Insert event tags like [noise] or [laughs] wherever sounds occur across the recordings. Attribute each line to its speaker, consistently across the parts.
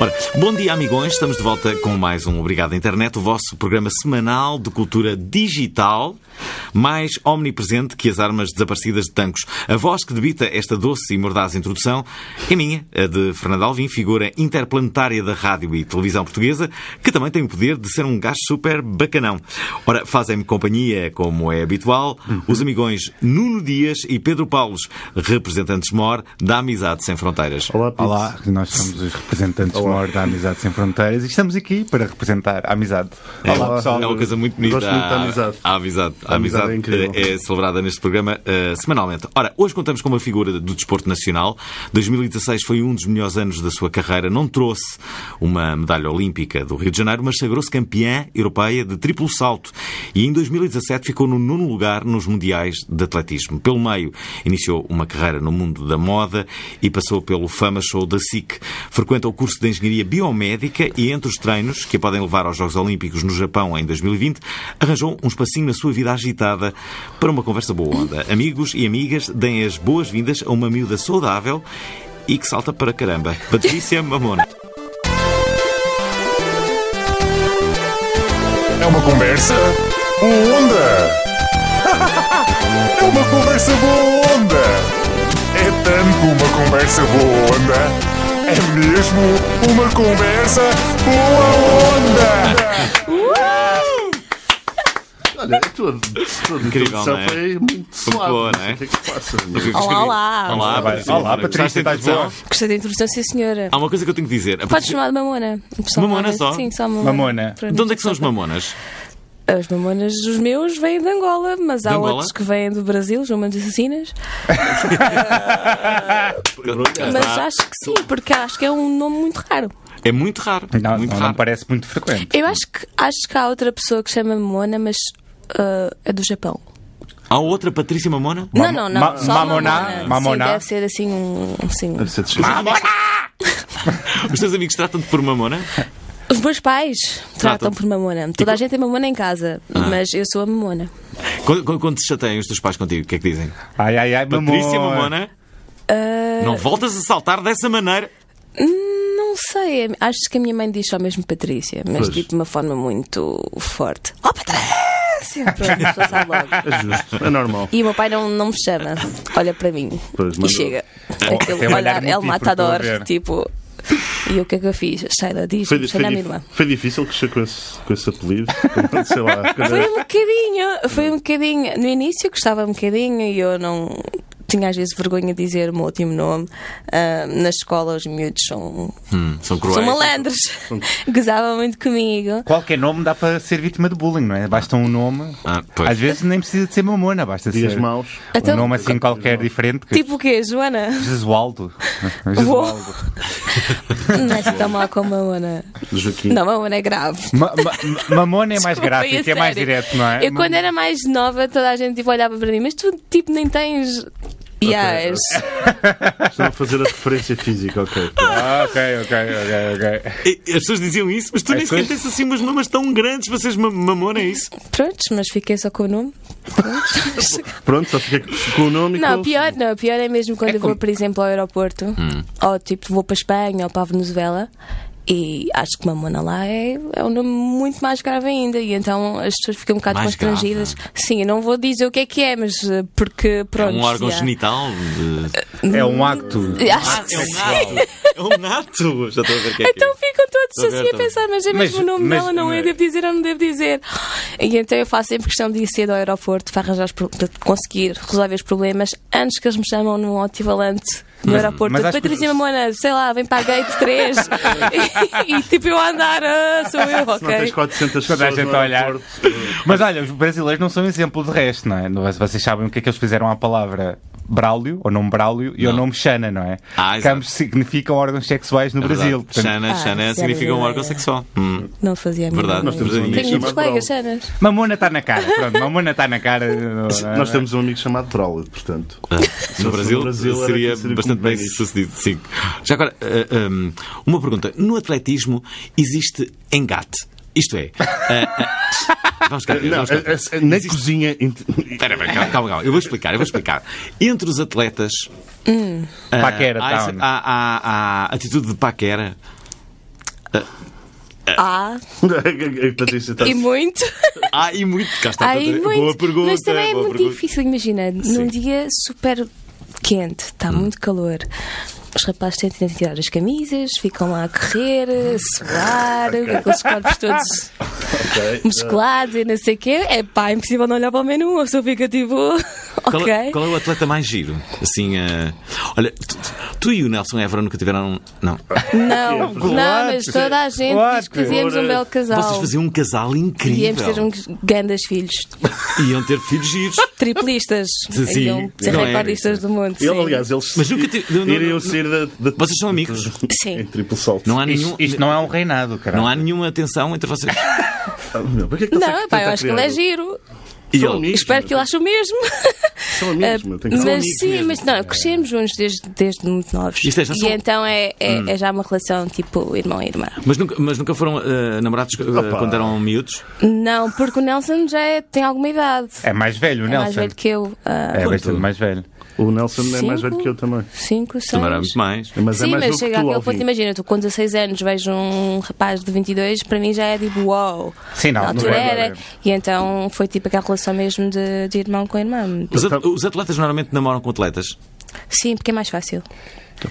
Speaker 1: Ora, bom dia, amigões. Estamos de volta com mais um Obrigado Internet, o vosso programa semanal de cultura digital, mais omnipresente que as armas desaparecidas de tanques. A voz que debita esta doce e mordaz introdução é minha, a de Fernando Alvim, figura interplanetária da rádio e televisão portuguesa, que também tem o poder de ser um gajo super bacanão. Ora, fazem-me companhia, como é habitual, os amigões Nuno Dias e Pedro Paulos, representantes MOR da Amizade Sem Fronteiras.
Speaker 2: Olá, Pito.
Speaker 3: Olá, nós somos os representantes maior da Amizade Sem Fronteiras e estamos aqui para representar a amizade.
Speaker 1: É uma- É uma coisa muito bonita.
Speaker 2: Gosto muito da amizade.
Speaker 1: A, a amizade, a
Speaker 2: A amizade
Speaker 1: amizade,
Speaker 2: é incrível.
Speaker 1: eh, é, celebrada neste programa eh, semanalmente. Ora, hoje contamos com uma figura do desporto nacional. 2016 foi um dos melhores anos da sua carreira. Não trouxe uma medalha olímpica do Rio de Janeiro, mas sagrou-se campeã europeia de triplo salto. E em 2017 ficou no nono lugar nos Mundiais de Atletismo. Pelo meio, iniciou uma carreira no mundo da moda e passou pelo Fama Show da SIC. Frequenta o curso de Engenharia Biomédica e, entre os treinos que a podem levar aos Jogos Olímpicos no Japão em 2020, arranjou um espacinho na sua vida agitada para uma conversa boa onda. Amigos e amigas, deem as boas-vindas a uma miúda saudável e que salta para caramba. Patrícia Mamona.
Speaker 4: É uma conversa boa onda! [laughs] É uma conversa boa onda! É tanto uma conversa boa onda! É mesmo uma conversa boa onda!
Speaker 2: Olha, a tua, a tua
Speaker 1: Incrível,
Speaker 2: introdução
Speaker 1: não é?
Speaker 2: foi muito suave.
Speaker 1: boa,
Speaker 2: não
Speaker 1: não é?
Speaker 2: sei O que é que se passa?
Speaker 5: Olá, olá.
Speaker 1: Olá, Patrícia.
Speaker 3: Olá,
Speaker 1: Mamona.
Speaker 3: Patrícia, tá
Speaker 1: Gostaste da
Speaker 3: estás boa?
Speaker 1: introdução?
Speaker 5: Gostei da introdução, sim senhora.
Speaker 1: Há uma coisa que eu tenho que dizer. A
Speaker 5: Podes
Speaker 1: Patrícia-
Speaker 5: chamar de mamona. O pessoal
Speaker 1: Mamona
Speaker 5: fala-
Speaker 1: só?
Speaker 5: Sim, só mamona.
Speaker 3: Mamona.
Speaker 5: Pronto.
Speaker 1: De onde é que são os mamonas?
Speaker 5: As mamonas, os meus, vêm de Angola, mas há
Speaker 1: Angola?
Speaker 5: outros que vêm do Brasil, os mamonas assassinas. Mas
Speaker 1: Ah,
Speaker 5: acho que sim, porque acho que é um nome muito raro.
Speaker 1: É muito raro.
Speaker 3: Não,
Speaker 1: muito
Speaker 3: não, não
Speaker 1: raro.
Speaker 3: parece muito frequente.
Speaker 5: Eu acho que, acho que há outra pessoa que chama mamona, mas ah, é do Japão.
Speaker 1: Há outra Patrícia Mamona?
Speaker 3: Mamo-
Speaker 5: não, não, não.
Speaker 3: ma-
Speaker 5: só
Speaker 3: mamona,
Speaker 5: mamona.
Speaker 3: mamona.
Speaker 5: Sim, deve ser assim um. um- Sim.
Speaker 2: Deve ser de chamar.
Speaker 1: Os teus amigos [laughs] tratam-te por Mamona?
Speaker 5: Os meus pais tratam
Speaker 1: Tratam-te.
Speaker 5: por mamona. Toda a gente tem mamona em casa,
Speaker 1: Ah.
Speaker 5: mas eu sou a mamona.
Speaker 1: Quando, quando- quando se chateiam os teus pais contigo, o que é que dizem?
Speaker 3: Ai, ai, ai,
Speaker 1: Patrícia
Speaker 3: mamona.
Speaker 1: Mamona, não voltas a saltar dessa maneira.
Speaker 5: Não sei, é, acho que a minha mãe diz só mesmo Patrícia, mas tipo de uma forma muito forte. Oh, Patrícia! Pronto, a pessoa sabe logo.
Speaker 2: É justo, é
Speaker 5: [laughs]
Speaker 2: normal.
Speaker 5: E o meu pai não, não me chama, olha para mim
Speaker 2: Pois,
Speaker 5: e
Speaker 2: mas-
Speaker 5: chega.
Speaker 3: tem
Speaker 5: Aquele
Speaker 3: um olhar
Speaker 5: olhar,
Speaker 3: muito tipo,
Speaker 5: El
Speaker 3: estou a
Speaker 5: Matador,
Speaker 3: ver.
Speaker 5: tipo. E o que é que eu fiz? Sheila diz,
Speaker 2: Foi,
Speaker 5: Sheila
Speaker 2: foi,
Speaker 5: é a minha
Speaker 2: dif-
Speaker 5: irmã.
Speaker 2: foi difícil crescer com esse, com esse apelido. Sei lá.
Speaker 5: [laughs]
Speaker 2: quando
Speaker 5: Foi
Speaker 2: era-
Speaker 5: um bocadinho, foi um bocadinho. No início eu gostava um bocadinho e eu não. Tinha às vezes vergonha de dizer o meu último nome. Ah, na escola os miúdos são,
Speaker 1: Hum, são cruéis.
Speaker 5: são malandros. [laughs] Gozavam muito comigo.
Speaker 3: Qualquer nome dá para ser vítima de bullying, não é? Basta um nome.
Speaker 1: Ah, pois.
Speaker 3: Às vezes nem precisa de ser mamona, basta
Speaker 2: Dias
Speaker 3: ser
Speaker 2: maus.
Speaker 3: um
Speaker 5: Então-
Speaker 3: nome assim qualquer diferente. Que...
Speaker 5: Tipo o quê, Joana? [laughs]
Speaker 3: Jesualdo.
Speaker 5: Uou.
Speaker 3: Jesualdo.
Speaker 5: [laughs] Não é assim tão mal como a Mamona.
Speaker 2: Joaquim.
Speaker 5: Não, Mamona é grave.
Speaker 3: Ma- ma- mamona é mais
Speaker 5: Desculpa, a
Speaker 3: gráfico, é mais
Speaker 5: sério.
Speaker 3: direto, não é?
Speaker 5: Eu quando era mais nova, toda a gente tipo, olhava para mim, mas tu tipo nem tens. Yes.
Speaker 2: Estão a fazer a referência física, ok.
Speaker 3: Ah, ok, ok, ok, ok.
Speaker 1: E- As pessoas diziam isso, mas tu nem sequer tens assim umas mamas tão grandes para seres ma- mamona, é isso?
Speaker 5: Prontos, mas fiquei só com o nome. Prontos.
Speaker 2: Pronto, só fica com o nome e com
Speaker 5: Não,
Speaker 2: o-
Speaker 5: pior, não, pior é mesmo quando eu vou, por exemplo, ao aeroporto,
Speaker 1: Hum.
Speaker 5: ou tipo vou para a Espanha ou para a Venezuela, e acho que Mamona lá é, é um nome muito mais grave ainda, e então as pessoas ficam um bocado
Speaker 1: Mais
Speaker 5: constrangidas. Sim, eu não vou dizer o que é que é, mas eh, porque
Speaker 1: É
Speaker 5: pronto.
Speaker 1: um órgão
Speaker 5: já.
Speaker 1: genital. [laughs] de-
Speaker 5: Hum.
Speaker 3: É um acto.
Speaker 5: [laughs] Acho que
Speaker 1: É um nato. É um nato. Já estou a ver o que é que é.
Speaker 5: Então ficam todos
Speaker 1: Estou a ver,
Speaker 5: assim a
Speaker 1: estou a ver.
Speaker 5: pensar, mas é
Speaker 3: Mas-
Speaker 5: mesmo o nome
Speaker 3: mas-
Speaker 5: dela, não é?
Speaker 3: mas-
Speaker 5: Devo dizer ou não devo dizer? E então eu faço sempre questão de ir cedo ao aeroporto para, arranjar os pro- para conseguir resolver os problemas antes que eles me chamam num altivalante no aeroporto.
Speaker 3: mas acho que-
Speaker 5: Patrícia Mamona, sei lá, vem para a Gate 3 e, e, tipo eu a andar, ah, sou eu,
Speaker 2: Se não tens
Speaker 5: ok?
Speaker 2: 400
Speaker 3: Toda a
Speaker 2: pessoas
Speaker 3: gente
Speaker 2: no
Speaker 3: a olhar.
Speaker 2: aeroporto,
Speaker 3: Mas olha, os brasileiros não são exemplo de resto, não é? Não- Vocês sabem o que é que eles fizeram à palavra Braulio, ou nome Braulio, e ao
Speaker 1: Não.
Speaker 3: nome Xana, não é?
Speaker 1: Ah,
Speaker 3: que
Speaker 1: exato.
Speaker 3: ambos significam órgãos sexuais no
Speaker 1: É verdade.
Speaker 3: Brasil. Portanto,
Speaker 1: Xana,
Speaker 5: Ah,
Speaker 1: Xana
Speaker 5: isso é
Speaker 1: significa um
Speaker 5: verdade.
Speaker 1: órgão sexual. Hum,
Speaker 5: Não fazia a mínima
Speaker 1: verdade.
Speaker 2: Nós
Speaker 5: ideia.
Speaker 2: temos um
Speaker 1: Tenho
Speaker 2: amigo
Speaker 5: Tenho muitos
Speaker 2: chamado
Speaker 5: colegas,
Speaker 2: Braulio.
Speaker 5: Sanas.
Speaker 3: Mamona está na cara, pronto, Mamona está na cara. não- não- é?
Speaker 2: Nós temos um amigo chamado Trolley, portanto.
Speaker 1: Ah. No Brasil,
Speaker 2: Brasil era
Speaker 1: seria
Speaker 2: conhecido
Speaker 1: bastante
Speaker 2: como
Speaker 1: bem
Speaker 2: Benis.
Speaker 1: sucedido. Sim. Já agora, ah, hum, uma pergunta. No atletismo existe engate. Isto é. ah, ah, vamos cá ver.
Speaker 2: Não,
Speaker 1: vamos cá
Speaker 2: é-
Speaker 1: ver.
Speaker 2: é- é- na cozinha. [laughs]
Speaker 1: Espera, espera, calma, calma, calma. Eu vou explicar, eu vou explicar. Entre os atletas. ah,
Speaker 3: Paquera, tá, é?
Speaker 1: há, essa-
Speaker 3: town.
Speaker 1: há, há- há atitude de paquera.
Speaker 2: A
Speaker 5: Há,
Speaker 2: É, Patrícia tá. está-
Speaker 5: e muito.
Speaker 1: Há e muito. Cá está
Speaker 5: Há, e
Speaker 1: outra-
Speaker 5: muito.
Speaker 1: Boa pergunta.
Speaker 5: Mas também é
Speaker 1: boa
Speaker 5: muito
Speaker 1: pergunta.
Speaker 5: difícil, imagina,
Speaker 1: Sim. Hum.
Speaker 5: num dia super quente, está muito calor. Os rapazes tentam tirar as camisas, ficam lá a correr, a suar, com aqueles corpos
Speaker 1: [laughs]
Speaker 5: todos
Speaker 1: eh.
Speaker 2: Ok.
Speaker 5: musculados e não sei o quê. É pá, é impossível não olhar para o menu, a pessoa fica tipo.
Speaker 1: [laughs] Qual,
Speaker 5: ok.
Speaker 1: é, qual é o atleta mais giro? Assim, eh, olha, tu, tu e o Nelson Évora nunca tiveram. Não.
Speaker 5: Não,
Speaker 1: é
Speaker 5: não, mas toda a gente diz que
Speaker 3: Claro.
Speaker 5: fazíamos um belo
Speaker 1: Vocês
Speaker 5: casal.
Speaker 1: faziam um casal incrível.
Speaker 5: Íamos ter um uns grandes filhos,
Speaker 1: Iam ter filhos giros.
Speaker 5: triplistas,
Speaker 1: [laughs] Sim,
Speaker 5: iam ser
Speaker 1: não é?
Speaker 5: recordistas do mundo.
Speaker 2: Ele,
Speaker 5: sim.
Speaker 2: aliás, eles
Speaker 1: Mas nunca tive- não, não,
Speaker 2: iriam
Speaker 1: não.
Speaker 2: ser da, da-
Speaker 1: Vocês são amigos.
Speaker 5: Sim.
Speaker 2: em triplo salto.
Speaker 1: Não há nenhum.
Speaker 3: Isto, isto não é um reinado, cara.
Speaker 1: não há nenhuma tensão entre vocês.
Speaker 2: Ah, meu, por que é que ele
Speaker 5: Não,
Speaker 2: está-
Speaker 5: pá, eu
Speaker 2: está
Speaker 5: acho que ele é
Speaker 2: criado?
Speaker 5: giro.
Speaker 1: E
Speaker 2: São
Speaker 1: ele-
Speaker 2: amigos,
Speaker 5: Espero que ele
Speaker 2: meu,
Speaker 5: ache o mesmo. é,
Speaker 2: São amigos, meu, tem que
Speaker 5: mas
Speaker 2: ser amigos
Speaker 5: sim,
Speaker 2: mesmo.
Speaker 5: mas não, crescemos juntos desde, desde muito novos.
Speaker 1: Isto é, já
Speaker 5: e
Speaker 1: são-
Speaker 5: então é, é, é já uma relação tipo irmão e irmã.
Speaker 1: Mas nunca, mas nunca foram eh, namorados eh,
Speaker 2: Opa.
Speaker 1: quando eram miúdos?
Speaker 5: Não, porque o Nelson já é- tem alguma idade.
Speaker 3: É mais velho, o
Speaker 5: É
Speaker 3: Nelson.
Speaker 5: mais velho que eu.
Speaker 3: É
Speaker 5: Uh,
Speaker 3: bastante mais velho.
Speaker 2: O Nelson é mais
Speaker 5: Cinco?
Speaker 2: velho que eu também.
Speaker 5: Cinco, seis.
Speaker 1: Também era muito mais.
Speaker 2: Mas é
Speaker 5: Sim,
Speaker 2: mais
Speaker 5: mas
Speaker 2: novo que
Speaker 5: chega
Speaker 2: tu,
Speaker 5: àquele ponto,
Speaker 2: Alvin.
Speaker 5: imagina, tu com 16 anos vejo um rapaz de 22, para mim já é tipo uau.
Speaker 3: Sim, não,
Speaker 5: Na
Speaker 3: não
Speaker 5: altura
Speaker 3: é, não é.
Speaker 5: era. E então foi tipo aquela relação mesmo de, de irmão com irmã.
Speaker 1: Os, at- os atletas normalmente namoram com atletas.
Speaker 5: Sim, porque é mais fácil.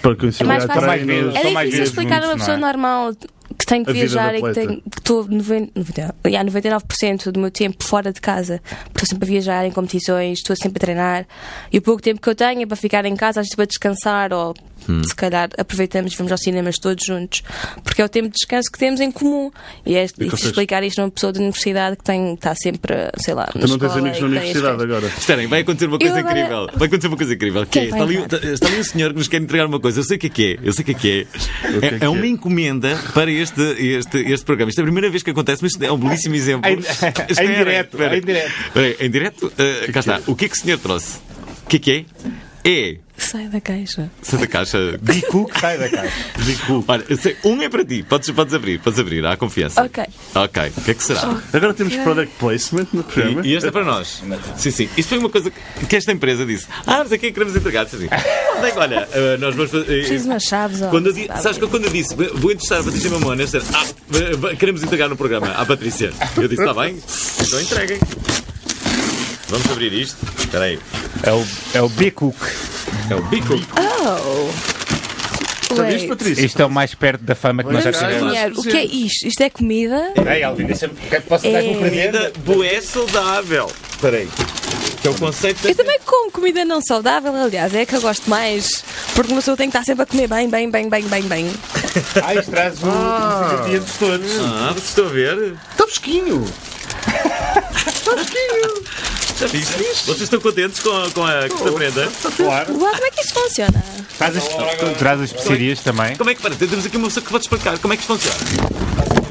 Speaker 2: Para
Speaker 5: É mais
Speaker 2: conciliar
Speaker 5: fácil.
Speaker 2: treinos.
Speaker 3: São
Speaker 5: É
Speaker 3: mais
Speaker 5: difícil
Speaker 3: vezes
Speaker 5: explicar a uma
Speaker 3: juntos,
Speaker 5: pessoa
Speaker 3: não
Speaker 5: normal que tem que
Speaker 2: é? A vida
Speaker 5: viajar
Speaker 2: do
Speaker 5: e que,
Speaker 2: atleta.
Speaker 5: tem, que estou 90, 90, yeah, 99% do meu tempo fora de casa. Porque Estou sempre a viajar em competições, estou sempre a treinar. E o pouco tempo que eu tenho é para ficar em casa, às vezes para descansar ou
Speaker 2: Hum.
Speaker 5: se calhar aproveitamos e vamos aos cinemas todos juntos. Porque é o tempo de descanso que temos em comum. E é difícil
Speaker 2: vocês?
Speaker 5: explicar isto a uma pessoa da universidade que tem, está sempre, sei lá, na
Speaker 2: Tu não tens
Speaker 5: escola
Speaker 2: amigos
Speaker 5: e
Speaker 2: na
Speaker 5: tem as
Speaker 2: universidade
Speaker 5: festas.
Speaker 2: agora.
Speaker 1: Esperem, vai acontecer uma coisa
Speaker 5: Eu agora-
Speaker 1: incrível. Vai acontecer uma coisa incrível. Que
Speaker 5: Quem
Speaker 1: é, está,
Speaker 5: vai
Speaker 1: ali,
Speaker 5: entrar?
Speaker 1: está ali um senhor que nos quer entregar uma coisa. Eu sei o que é que é. Eu sei o que é que é.
Speaker 2: que é
Speaker 1: é,
Speaker 2: que
Speaker 1: é uma
Speaker 2: é?
Speaker 1: encomenda para este, este, este programa. Isto é a primeira vez que acontece, mas é um belíssimo exemplo.
Speaker 3: Em- em
Speaker 1: Esperem,
Speaker 3: direto,
Speaker 1: esperem.
Speaker 3: em direto.
Speaker 1: Esperem, em direto? Ah, cá está. O que é que o senhor trouxe? O que é que é? É
Speaker 5: Sai da caixa.
Speaker 1: Santa Caixa.
Speaker 3: Bico que sai da caixa.
Speaker 1: Olha, eu sei, um é para ti. Podes, podes abrir, podes abrir. Há confiança.
Speaker 5: Ok.
Speaker 1: Ok. O que é que será?
Speaker 2: Agora temos product placement no programa.
Speaker 1: E, e este é para nós. Sim, sim. Isto foi uma coisa que- que esta empresa disse. Ah, mas aqui queremos entregar. Disse assim, "Bem, olha, eh, nós vamos fazer. eh,
Speaker 5: Preciso de umas chaves. ó.
Speaker 1: Quando eu, di- sabes que eu quando eu disse, "Vou- vou entrevistar a Patrícia Mamona, eles disseram, ah, eh, va- queremos entregar no programa à Patrícia. Eu disse, está bem, então entreguem. Vamos abrir isto. Espera aí.
Speaker 3: É o, é o Bico.
Speaker 1: É o bico.
Speaker 5: Oh!
Speaker 2: Já
Speaker 5: Wait.
Speaker 2: viste, Patrícia?
Speaker 3: Isto é o mais perto da fama que nós já tivemos.
Speaker 5: Dinheiro. O que é isto? Isto é comida?
Speaker 3: Ei, Alvin, deixa-me. é Posso
Speaker 5: dar-te um presente?
Speaker 1: Comida boé saudável. Espera aí. Que é o conceito
Speaker 5: Eu
Speaker 1: da...
Speaker 5: também como comida não saudável, aliás, é a que eu gosto mais. Porque uma pessoa tem que estar sempre a comer bem, bem, bem, bem, bem, bem.
Speaker 3: Ai, traz um
Speaker 5: Ah.
Speaker 3: presentinho de todos.
Speaker 1: Ah, vocês estão a ver?
Speaker 2: Está Tá fresquinho. Tá
Speaker 1: Já viste? Tá Vocês estão contentes com a, com a, com esta prenda? Então,
Speaker 5: Uau, como é que isto funciona?
Speaker 3: Traz as, traz as especiarias também.
Speaker 1: Como é que, para, temos aqui uma pessoa que pode explicar como é que isto funciona.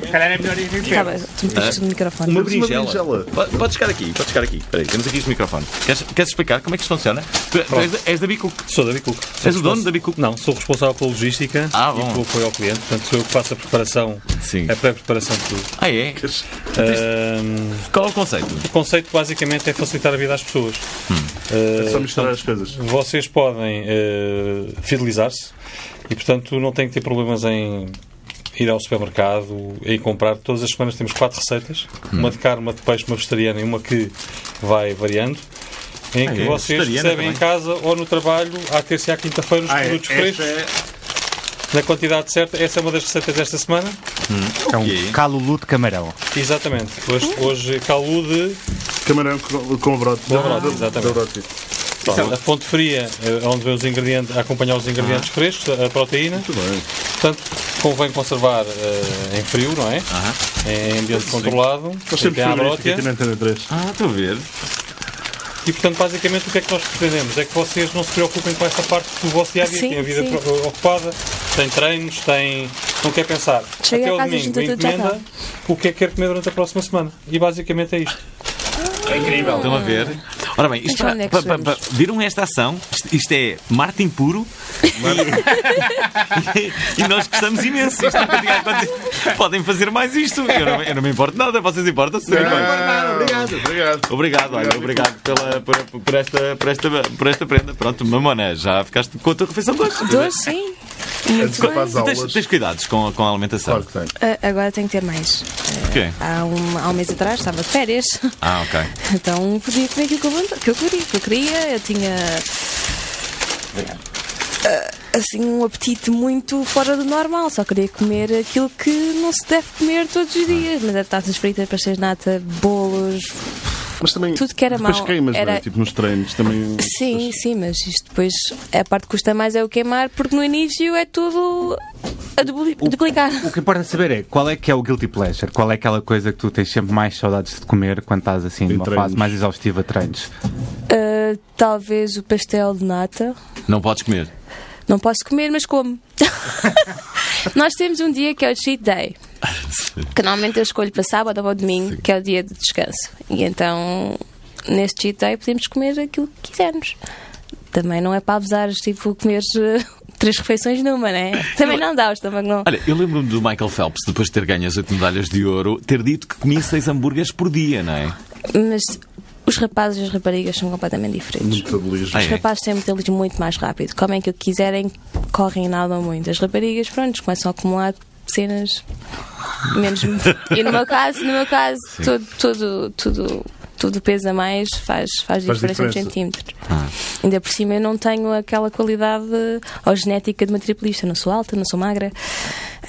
Speaker 3: Se calhar é melhor ir
Speaker 5: Tá bem, tu me diste no microfone.
Speaker 1: Uma
Speaker 2: Temos uma
Speaker 1: berinjela.
Speaker 2: berinjela.
Speaker 1: Po- Pode chegar aqui, pode chegar aqui. Espera aí, temos aqui este microfone. Queres, queres explicar como é que isto funciona? Tu, tu és, da- és da Bicook.
Speaker 6: Sou da Bicook.
Speaker 1: És o dono da Bicook?
Speaker 6: Não, sou responsável pela logística
Speaker 1: Ah,
Speaker 6: e
Speaker 1: bom.
Speaker 6: pelo apoio ao cliente. Portanto, sou eu que faço a preparação,
Speaker 1: Sim.
Speaker 6: a pré-preparação de tudo.
Speaker 1: Ah, é?
Speaker 6: Ahm,
Speaker 1: Qual é o conceito?
Speaker 6: o conceito basicamente é facilitar a vida às pessoas. Ah,
Speaker 2: É
Speaker 1: Hum.
Speaker 2: só misturar as coisas.
Speaker 6: Vocês podem eh, fidelizar-se e, portanto, não têm que ter problemas em ir ao supermercado e comprar. Todas as semanas temos quatro receitas:
Speaker 1: Hum.
Speaker 6: uma de carne, uma de peixe, uma vegetariana e uma que vai variando. Em que
Speaker 1: é?
Speaker 6: vocês
Speaker 1: Vegetariana
Speaker 6: recebem
Speaker 1: também?
Speaker 6: em casa ou no trabalho, à terça e à quinta-feira, os
Speaker 2: Ah, é,
Speaker 6: produtos
Speaker 2: esta
Speaker 6: frescos.
Speaker 2: é-
Speaker 6: Na quantidade certa, essa é uma das receitas desta semana.
Speaker 3: É um calulu de camarão.
Speaker 6: Exatamente. Hoje, hoje caldo de
Speaker 2: Camarão com, com brote.
Speaker 6: brote, exatamente. é a fonte fria, eh, onde vem os ingredientes, a acompanhar os ingredientes frescos, a a proteína.
Speaker 2: Muito bem.
Speaker 6: Portanto, convém conservar eh, em frio, não é? Em ambiente controlado.
Speaker 2: Nós
Speaker 6: em que
Speaker 2: temos
Speaker 6: há
Speaker 2: frigorífico
Speaker 6: brótia.
Speaker 2: aqui na Antena 3.
Speaker 1: Ah, estou a ver.
Speaker 6: E, portanto, basicamente, o que é que nós pretendemos? É que vocês não se preocupem com esta parte do vosso dia a dia.
Speaker 5: Sim,
Speaker 6: Tem a vida
Speaker 5: sim.
Speaker 6: pro- ocupada, tem treinos, tem. Não quer pensar.
Speaker 5: Chega
Speaker 6: Até
Speaker 5: a
Speaker 6: o
Speaker 5: casa,
Speaker 6: domingo,
Speaker 5: junta tudo, já
Speaker 6: encomenda o que é que quer comer durante a próxima semana. E basicamente é isto.
Speaker 1: Estão a ver. Ora bem, isto
Speaker 5: É. Então, onde
Speaker 1: para,
Speaker 5: é que
Speaker 1: para- para- viram esta ação? Isto, isto é Martin puro e, [laughs] e nós gostamos imenso. Isto é para dizer, "Pode- podem fazer mais isto. Eu não, eu não me importo nada, vocês importam-se.
Speaker 2: Obrigado, obrigado.
Speaker 1: Obrigado, olha, obrigado pela, por, por esta, por, esta, por esta prenda. Pronto, mamona, já ficaste com a tua refeição de hoje.
Speaker 5: Dois, sim. Muito
Speaker 2: Antes de
Speaker 5: bem.
Speaker 2: faz
Speaker 1: Tu
Speaker 2: aulas.
Speaker 1: tens, tens cuidados com, com a alimentação.
Speaker 2: Claro que tem.
Speaker 5: Ah, agora tenho que ter mais.
Speaker 1: Porquê?
Speaker 5: Há um, há um mês atrás estava de férias,
Speaker 1: Ah, ok.
Speaker 5: [laughs] então podia comer aquilo que eu, vontade- que eu queria, que eu queria. Eu tinha ah, assim um apetite muito fora do normal, só queria comer aquilo que não se deve comer todos os dias, mas era taças fritas, pastéis de nata, bolos.
Speaker 2: Mas também.
Speaker 5: Tudo que era
Speaker 2: depois
Speaker 5: mau
Speaker 2: queimas, não é?
Speaker 5: era-
Speaker 2: Tipo nos treinos também.
Speaker 5: Sim, sim, mas isto depois a parte que custa mais é o queimar, porque no início é tudo a dupli- duplicar.
Speaker 3: O que importa saber é qual é que é o guilty pleasure, qual é aquela coisa que tu tens sempre mais saudades de comer quando estás assim numa
Speaker 2: treinos.
Speaker 3: fase mais exaustiva de treinos.
Speaker 5: Ah, talvez o pastel de nata.
Speaker 1: Não podes comer.
Speaker 5: Não posso comer, mas como. [laughs] Nós temos um dia que é o cheat
Speaker 1: [laughs]
Speaker 5: day. Que normalmente eu escolho para sábado ou para domingo, que é o dia de descanso. E então, neste cheat day, podemos comer aquilo que quisermos. Também não é para abusar, tipo, comer eh, três refeições numa, né? Também não dá, o estômago não.
Speaker 1: Olha, eu lembro-me do Michael Phelps, depois de ter ganho as oito medalhas de ouro, ter dito que comia seis hambúrgueres por dia, não é?
Speaker 5: Mas os rapazes e as raparigas são completamente diferentes.
Speaker 2: Metabolismo.
Speaker 1: Ah,
Speaker 5: Os
Speaker 1: é?
Speaker 5: rapazes têm metabolismo muito mais rápido. Comem aquilo que quiserem, correm e nadam muito. As raparigas, pronto, começam a acumular cenas menos. e no meu caso, no meu caso, todo, todo, tudo, tudo peso a mais faz, faz, diferença nos
Speaker 2: diferença.
Speaker 5: centímetros. Ainda por cima eu não tenho aquela qualidade ou genética de uma triplista. Não sou alta, não sou magra.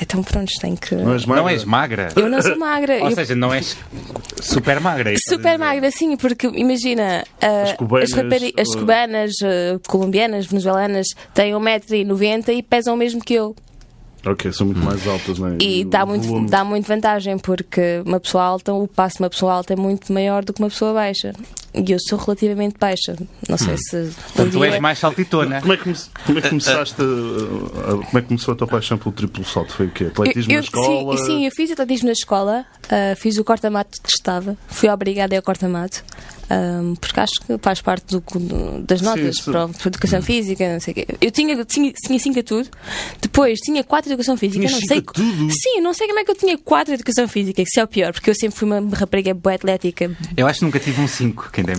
Speaker 5: Então pronto, tenho que.
Speaker 2: Não és
Speaker 3: Não é
Speaker 2: magra?
Speaker 3: és magra?
Speaker 5: Eu não sou magra.
Speaker 3: Ou
Speaker 5: Eu-
Speaker 3: seja, não és super magra. é isso?
Speaker 5: Super magra, sim, porque imagina ah, as
Speaker 2: cubanas,
Speaker 5: rapari- as
Speaker 2: ah.
Speaker 5: cubanas, ah, colombianas, venezuelanas têm 1,90m e pesam o mesmo que eu.
Speaker 2: Ok, são muito mais altas, não é?
Speaker 5: E
Speaker 2: o
Speaker 5: dá muito,
Speaker 2: volume.
Speaker 5: dá muito vantagem, porque uma pessoa alta, o passo de uma pessoa alta é muito maior do que uma pessoa baixa. E eu sou relativamente baixa. Não
Speaker 2: Hum.
Speaker 5: sei se. um
Speaker 3: Portanto, tu
Speaker 5: dia-
Speaker 3: és mais saltitona.
Speaker 2: Como é, que, come- como é que começaste a, a- como é que começou a tua paixão pelo triplo salto? Foi o quê?
Speaker 5: Eu-
Speaker 2: Atletismo
Speaker 5: eu-
Speaker 2: na escola?
Speaker 5: Sim, sim, eu fiz atletismo na escola, ah, fiz o corta-mato que estava, fui obrigada ao corta-mato, ahm, porque acho que faz parte do cu- do- das notas
Speaker 2: sim.
Speaker 5: para, para educação física, não sei o quê. Eu tinha, tinha, tinha cinco a tudo, depois tinha quatro educação física,
Speaker 1: Tinhas
Speaker 5: não
Speaker 1: cinco
Speaker 5: sei.
Speaker 1: a tudo?
Speaker 5: Sim, não sei como é que eu tinha quatro educação física, que isso é o pior, porque eu sempre fui uma rapariga boa atlética.
Speaker 3: Eu acho que nunca tive um 5, quem dera.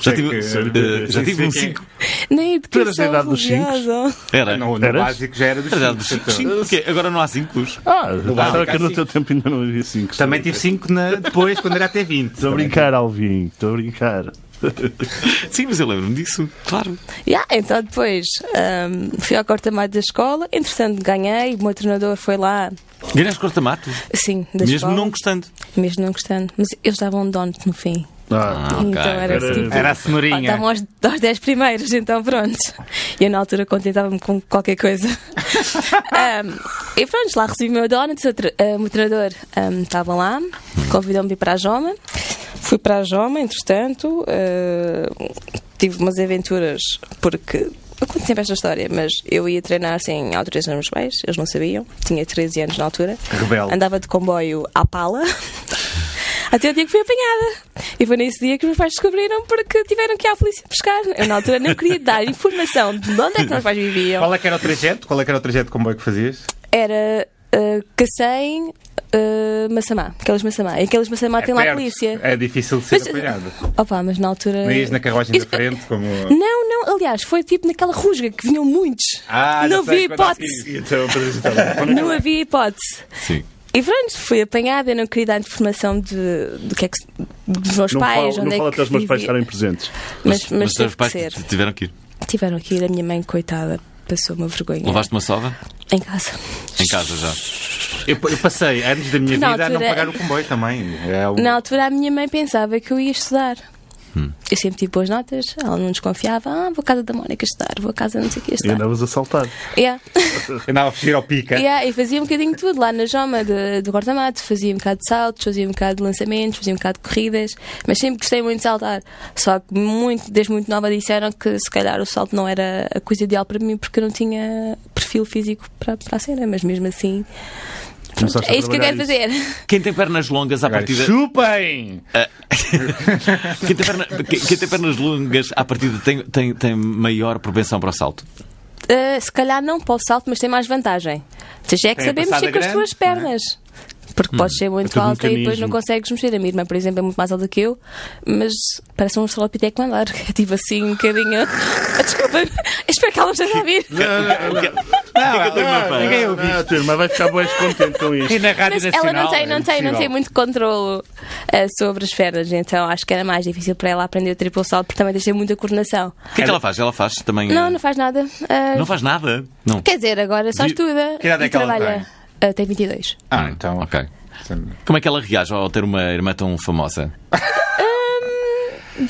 Speaker 1: Já
Speaker 2: é
Speaker 1: tive, eh, já tive um
Speaker 3: Sim, sim.
Speaker 1: cinco.
Speaker 5: Nem
Speaker 2: Tu eras da
Speaker 5: educação
Speaker 2: idade dos cinco?
Speaker 5: religiosa.
Speaker 1: Era. É
Speaker 3: No, no
Speaker 2: Eras?
Speaker 3: básico já era dos
Speaker 1: Era
Speaker 3: 5.
Speaker 1: dos cinco. cinco. O quê? Agora não há cinco.
Speaker 2: Ah, será que
Speaker 3: básico,
Speaker 2: no
Speaker 3: sim.
Speaker 2: teu tempo ainda não havia 5?
Speaker 3: Também tive 5 depois, quando era até 20.
Speaker 2: Estou a brincar, Alvin, estou a brincar.
Speaker 1: Sim, mas eu lembro-me disso. Claro.
Speaker 5: Yeah, então depois ahm, fui ao corta-mato da escola, entretanto ganhei, o meu treinador foi lá,
Speaker 1: Ganhaste corta-mato,
Speaker 5: sim, da
Speaker 1: mesmo
Speaker 5: escola.
Speaker 1: não gostando.
Speaker 5: Mesmo não gostando. Mas eles davam donut no fim.
Speaker 2: Ah,
Speaker 1: Ah, ok.
Speaker 5: Então era
Speaker 2: Era-
Speaker 5: assim.
Speaker 3: Era a
Speaker 5: Ah,
Speaker 3: cenourinha.
Speaker 5: Davam aos, aos 10 primeiros, então pronto. E eu na altura contentava-me com qualquer coisa. Ahm, e pronto, lá recebi o meu donut, o tre- ah, o meu treinador ahm, estava lá, convidou-me para ir para a Joma. Fui para a Joma, entretanto, ah, tive umas aventuras, porque eu conto sempre esta história, mas eu ia treinar assim, sem autorização dos meus pais, eles não sabiam, tinha 13 anos na altura.
Speaker 3: Rebelde.
Speaker 5: Andava de comboio à pala. Até o dia que fui apanhada. E foi nesse dia que os meus pais descobriram porque tiveram que ir à polícia pescar. Eu, na altura, não queria dar informação de onde é que os meus pais viviam.
Speaker 3: Qual é que era o trajeto? Qual é que era o trajeto de comboio que fazias?
Speaker 5: Era uh, Cacém, uh, Massamá. Aqueles Massamá. E aqueles Massamá tem lá a
Speaker 3: perto.
Speaker 5: polícia.
Speaker 3: É difícil de ser
Speaker 5: Mas-
Speaker 3: apanhado.
Speaker 5: Opa, mas na altura.
Speaker 3: Não ias na carruagem da
Speaker 5: Isso-
Speaker 3: frente,
Speaker 5: [laughs]
Speaker 3: como.
Speaker 5: Não, não. Aliás, foi tipo naquela rusga que vinham muitos.
Speaker 3: Ah, já
Speaker 5: não
Speaker 3: sei
Speaker 5: havia
Speaker 3: quando há
Speaker 5: hipótese.
Speaker 3: filhos.
Speaker 2: Então, Patrícia, tá bom.
Speaker 5: Não havia hipótese.
Speaker 1: Sim.
Speaker 5: E pronto, fui apanhada, eu não queria dar informação de, do que é que se- dos meus
Speaker 2: Não
Speaker 5: pais,
Speaker 2: falo, não
Speaker 5: onde
Speaker 2: falo
Speaker 5: é que
Speaker 2: até os meus pais
Speaker 5: vivia.
Speaker 2: estarem presentes.
Speaker 5: Mas, mas,
Speaker 1: os
Speaker 5: teve
Speaker 1: teus
Speaker 5: que
Speaker 1: pais
Speaker 5: ser.
Speaker 1: t- tiveram que ir.
Speaker 5: Tiveram que ir, a minha mãe, coitada, passou uma vergonha.
Speaker 1: Levaste uma sova
Speaker 5: Em casa.
Speaker 1: em casa já.
Speaker 3: Eu, eu passei anos da minha
Speaker 5: Na
Speaker 3: vida a não
Speaker 5: altura-
Speaker 3: pagar o comboio também. É o-
Speaker 5: Na altura, a minha mãe pensava que eu ia estudar. Eu sempre tive boas notas, ela não desconfiava. Ah, vou à casa da Mónica estudar, vou à casa não sei o que
Speaker 2: E
Speaker 5: estudar.
Speaker 2: andavas a saltar.
Speaker 5: Yeah.
Speaker 3: Andava a fugir ao pica.
Speaker 5: Yeah, e fazia um bocadinho de tudo lá na Joma de- do corta-mato. Fazia um bocado de saltos, fazia um bocado de lançamentos, fazia um bocado de corridas. Mas sempre gostei muito de saltar. Só que muito, desde muito nova disseram que se calhar o salto não era a coisa ideal para mim porque eu não tinha perfil físico para, para a cena. Mas mesmo assim,
Speaker 2: Começaste a
Speaker 5: é isto que eu quero
Speaker 2: trabalhar isso.
Speaker 5: fazer.
Speaker 1: Quem tem pernas longas à
Speaker 3: Agora,
Speaker 1: partida.
Speaker 3: Chupem!
Speaker 1: Quem tem, perna- quem- quem tem pernas longas à partida tem, tem, tem maior propensão para o salto.
Speaker 5: Eh, Uh, se calhar não para o salto, mas tem mais vantagem. Tens é que
Speaker 3: Tem a
Speaker 5: saber mexer
Speaker 3: passada
Speaker 5: com as
Speaker 3: grande,
Speaker 5: tuas
Speaker 3: não é?
Speaker 5: pernas. Porque podes ser muito
Speaker 2: tudo um
Speaker 5: alta e depois
Speaker 2: mecanismo.
Speaker 5: não consegues mexer. A minha irmã, por exemplo, é muito mais alta que eu, mas parece um estrelopiteco andar. [laughs] É tipo assim, um bocadinho. [laughs] Desculpa, espero que ela não esteja a ouvir.
Speaker 1: O que é- o que é que a tua irmã faz?
Speaker 3: Ah, Ninguém ouviu.
Speaker 2: Ah, tua irmã vai ficar bem contente com isto.
Speaker 3: E na Rádio
Speaker 5: Mas
Speaker 3: Nacional.
Speaker 5: ela não tem, não
Speaker 3: é
Speaker 5: tem, não
Speaker 3: impossível.
Speaker 5: tem muito controlo eh, sobre as pernas, então acho que era mais difícil para ela aprender o triplo salto, porque também tens de ter muita coordenação.
Speaker 1: O que é que ela faz? Ela faz também.
Speaker 3: Hum.
Speaker 5: Não,
Speaker 1: eh,
Speaker 5: não faz nada. Eh,
Speaker 1: não faz nada? Não.
Speaker 5: Quer dizer, agora só
Speaker 1: Vi-
Speaker 5: estuda
Speaker 3: Que idade
Speaker 5: e
Speaker 3: é que ela
Speaker 5: trabalha. Ah, tem 22.
Speaker 3: Ah, então.
Speaker 1: Ok. Como é que ela reage ao ter uma irmã tão famosa?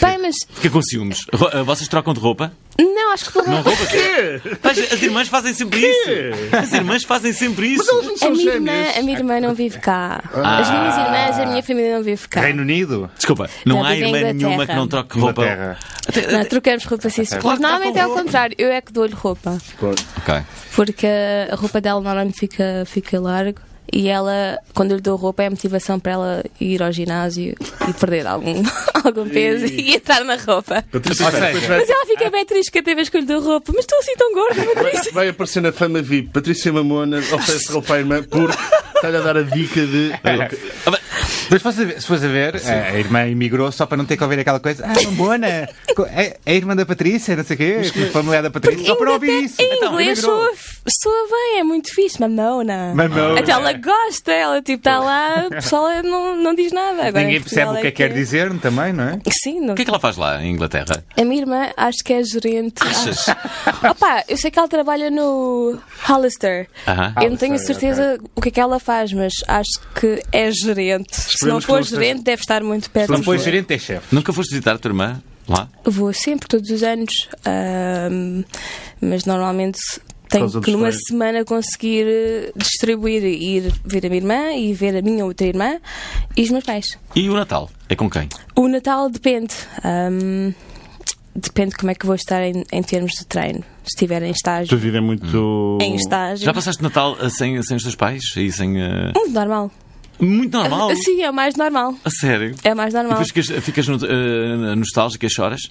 Speaker 5: Bem, mas
Speaker 1: Fica com ciúmes. Ro- eh, Vocês trocam de roupa?
Speaker 5: não, acho que pelo menos
Speaker 1: Mas as irmãs fazem sempre isso. As irmãs fazem sempre isso.
Speaker 5: a minha, irmã, a minha irmã não vive cá. As minhas irmãs, a minha família não vive cá.
Speaker 3: Ah. Reino Unido?
Speaker 1: Desculpa, não
Speaker 5: Não,
Speaker 1: há
Speaker 5: vive em
Speaker 1: irmã nenhuma
Speaker 5: Inglaterra.
Speaker 1: é que não troque roupa.
Speaker 3: Inglaterra.
Speaker 1: Até-
Speaker 5: Não, trocamos roupa assim. Mas
Speaker 1: Claro que tá
Speaker 5: normalmente é
Speaker 1: trocam
Speaker 5: ao contrário, eu é que dou-lhe roupa.
Speaker 1: Ok. Ah,
Speaker 5: Porque a roupa dela normalmente fica, fica largo e ela, quando eu lhe dou roupa, é a motivação para ela ir ao ginásio e perder algum, [laughs] algum peso e entrar na roupa.
Speaker 2: Patrícia,
Speaker 3: Ou
Speaker 2: depois
Speaker 3: seja-
Speaker 2: vai-
Speaker 5: Mas ela fica bem triste cada vez que eu lhe dou roupa. Mas estou assim tão gorda, Patrícia.
Speaker 2: Vai aparecer na fama VIP. Patrícia Mamona oferece roupa à irmã porque está-lhe a dar a dica de.
Speaker 1: É.
Speaker 3: Mas se fosse a ver- se fosse a ver, eh, a a irmã emigrou só para não ter que ouvir aquela coisa. Ah, Mamona! co- É é a irmã da Patrícia, não sei o quê, familiar da Patrícia, só para ouvir isso.
Speaker 5: Em
Speaker 3: Então,
Speaker 5: inglês
Speaker 3: emigrou.
Speaker 5: soa, soa bem, é muito fixe, mamona.
Speaker 3: Mamona.
Speaker 5: Até ela gosta, ela tipo está lá, o pessoal é, não, não diz nada. Agora, tipo, em
Speaker 3: Ninguém percebe
Speaker 5: Portugal
Speaker 3: o que é que quer dizer também, não é?
Speaker 5: Sim, não.
Speaker 1: O que é que ela faz lá em Inglaterra?
Speaker 5: A minha irmã acho que é gerente.
Speaker 1: Achas?
Speaker 5: Ah. Opa, eu sei que ela trabalha no Hollister.
Speaker 1: Aham.
Speaker 5: Eu não tenho certeza o que é que ela faz, mas acho que é gerente. Se não
Speaker 2: Esperemos que
Speaker 5: for
Speaker 2: não seja.
Speaker 5: gerente, deve estar muito perto.
Speaker 3: Não foi gerente, é chefe.
Speaker 1: Nunca foste visitar a tua irmã lá?
Speaker 5: Vou sempre, todos os anos, ahm, mas normalmente tenho
Speaker 2: causa
Speaker 5: que
Speaker 2: dos
Speaker 5: numa
Speaker 2: trabalhos.
Speaker 5: semana conseguir eh, distribuir e ir ver a minha irmã e ver a minha outra irmã e os meus pais.
Speaker 1: E o Natal? É com quem?
Speaker 5: O Natal depende. ahm, depende como é que vou estar em, em termos de treino. Se estiver em
Speaker 2: Tua
Speaker 5: estágio.
Speaker 2: vida é muito.
Speaker 5: Em estágio.
Speaker 1: Já passaste Natal eh, sem, sem os teus pais? E sem. eh,
Speaker 5: Muito normal.
Speaker 1: Muito normal.
Speaker 5: [laughs] Sim, é o mais normal.
Speaker 1: A sério.
Speaker 5: É o mais
Speaker 1: E
Speaker 5: normal.
Speaker 1: depois ficas, ficas no- eh, nostálgica e choras?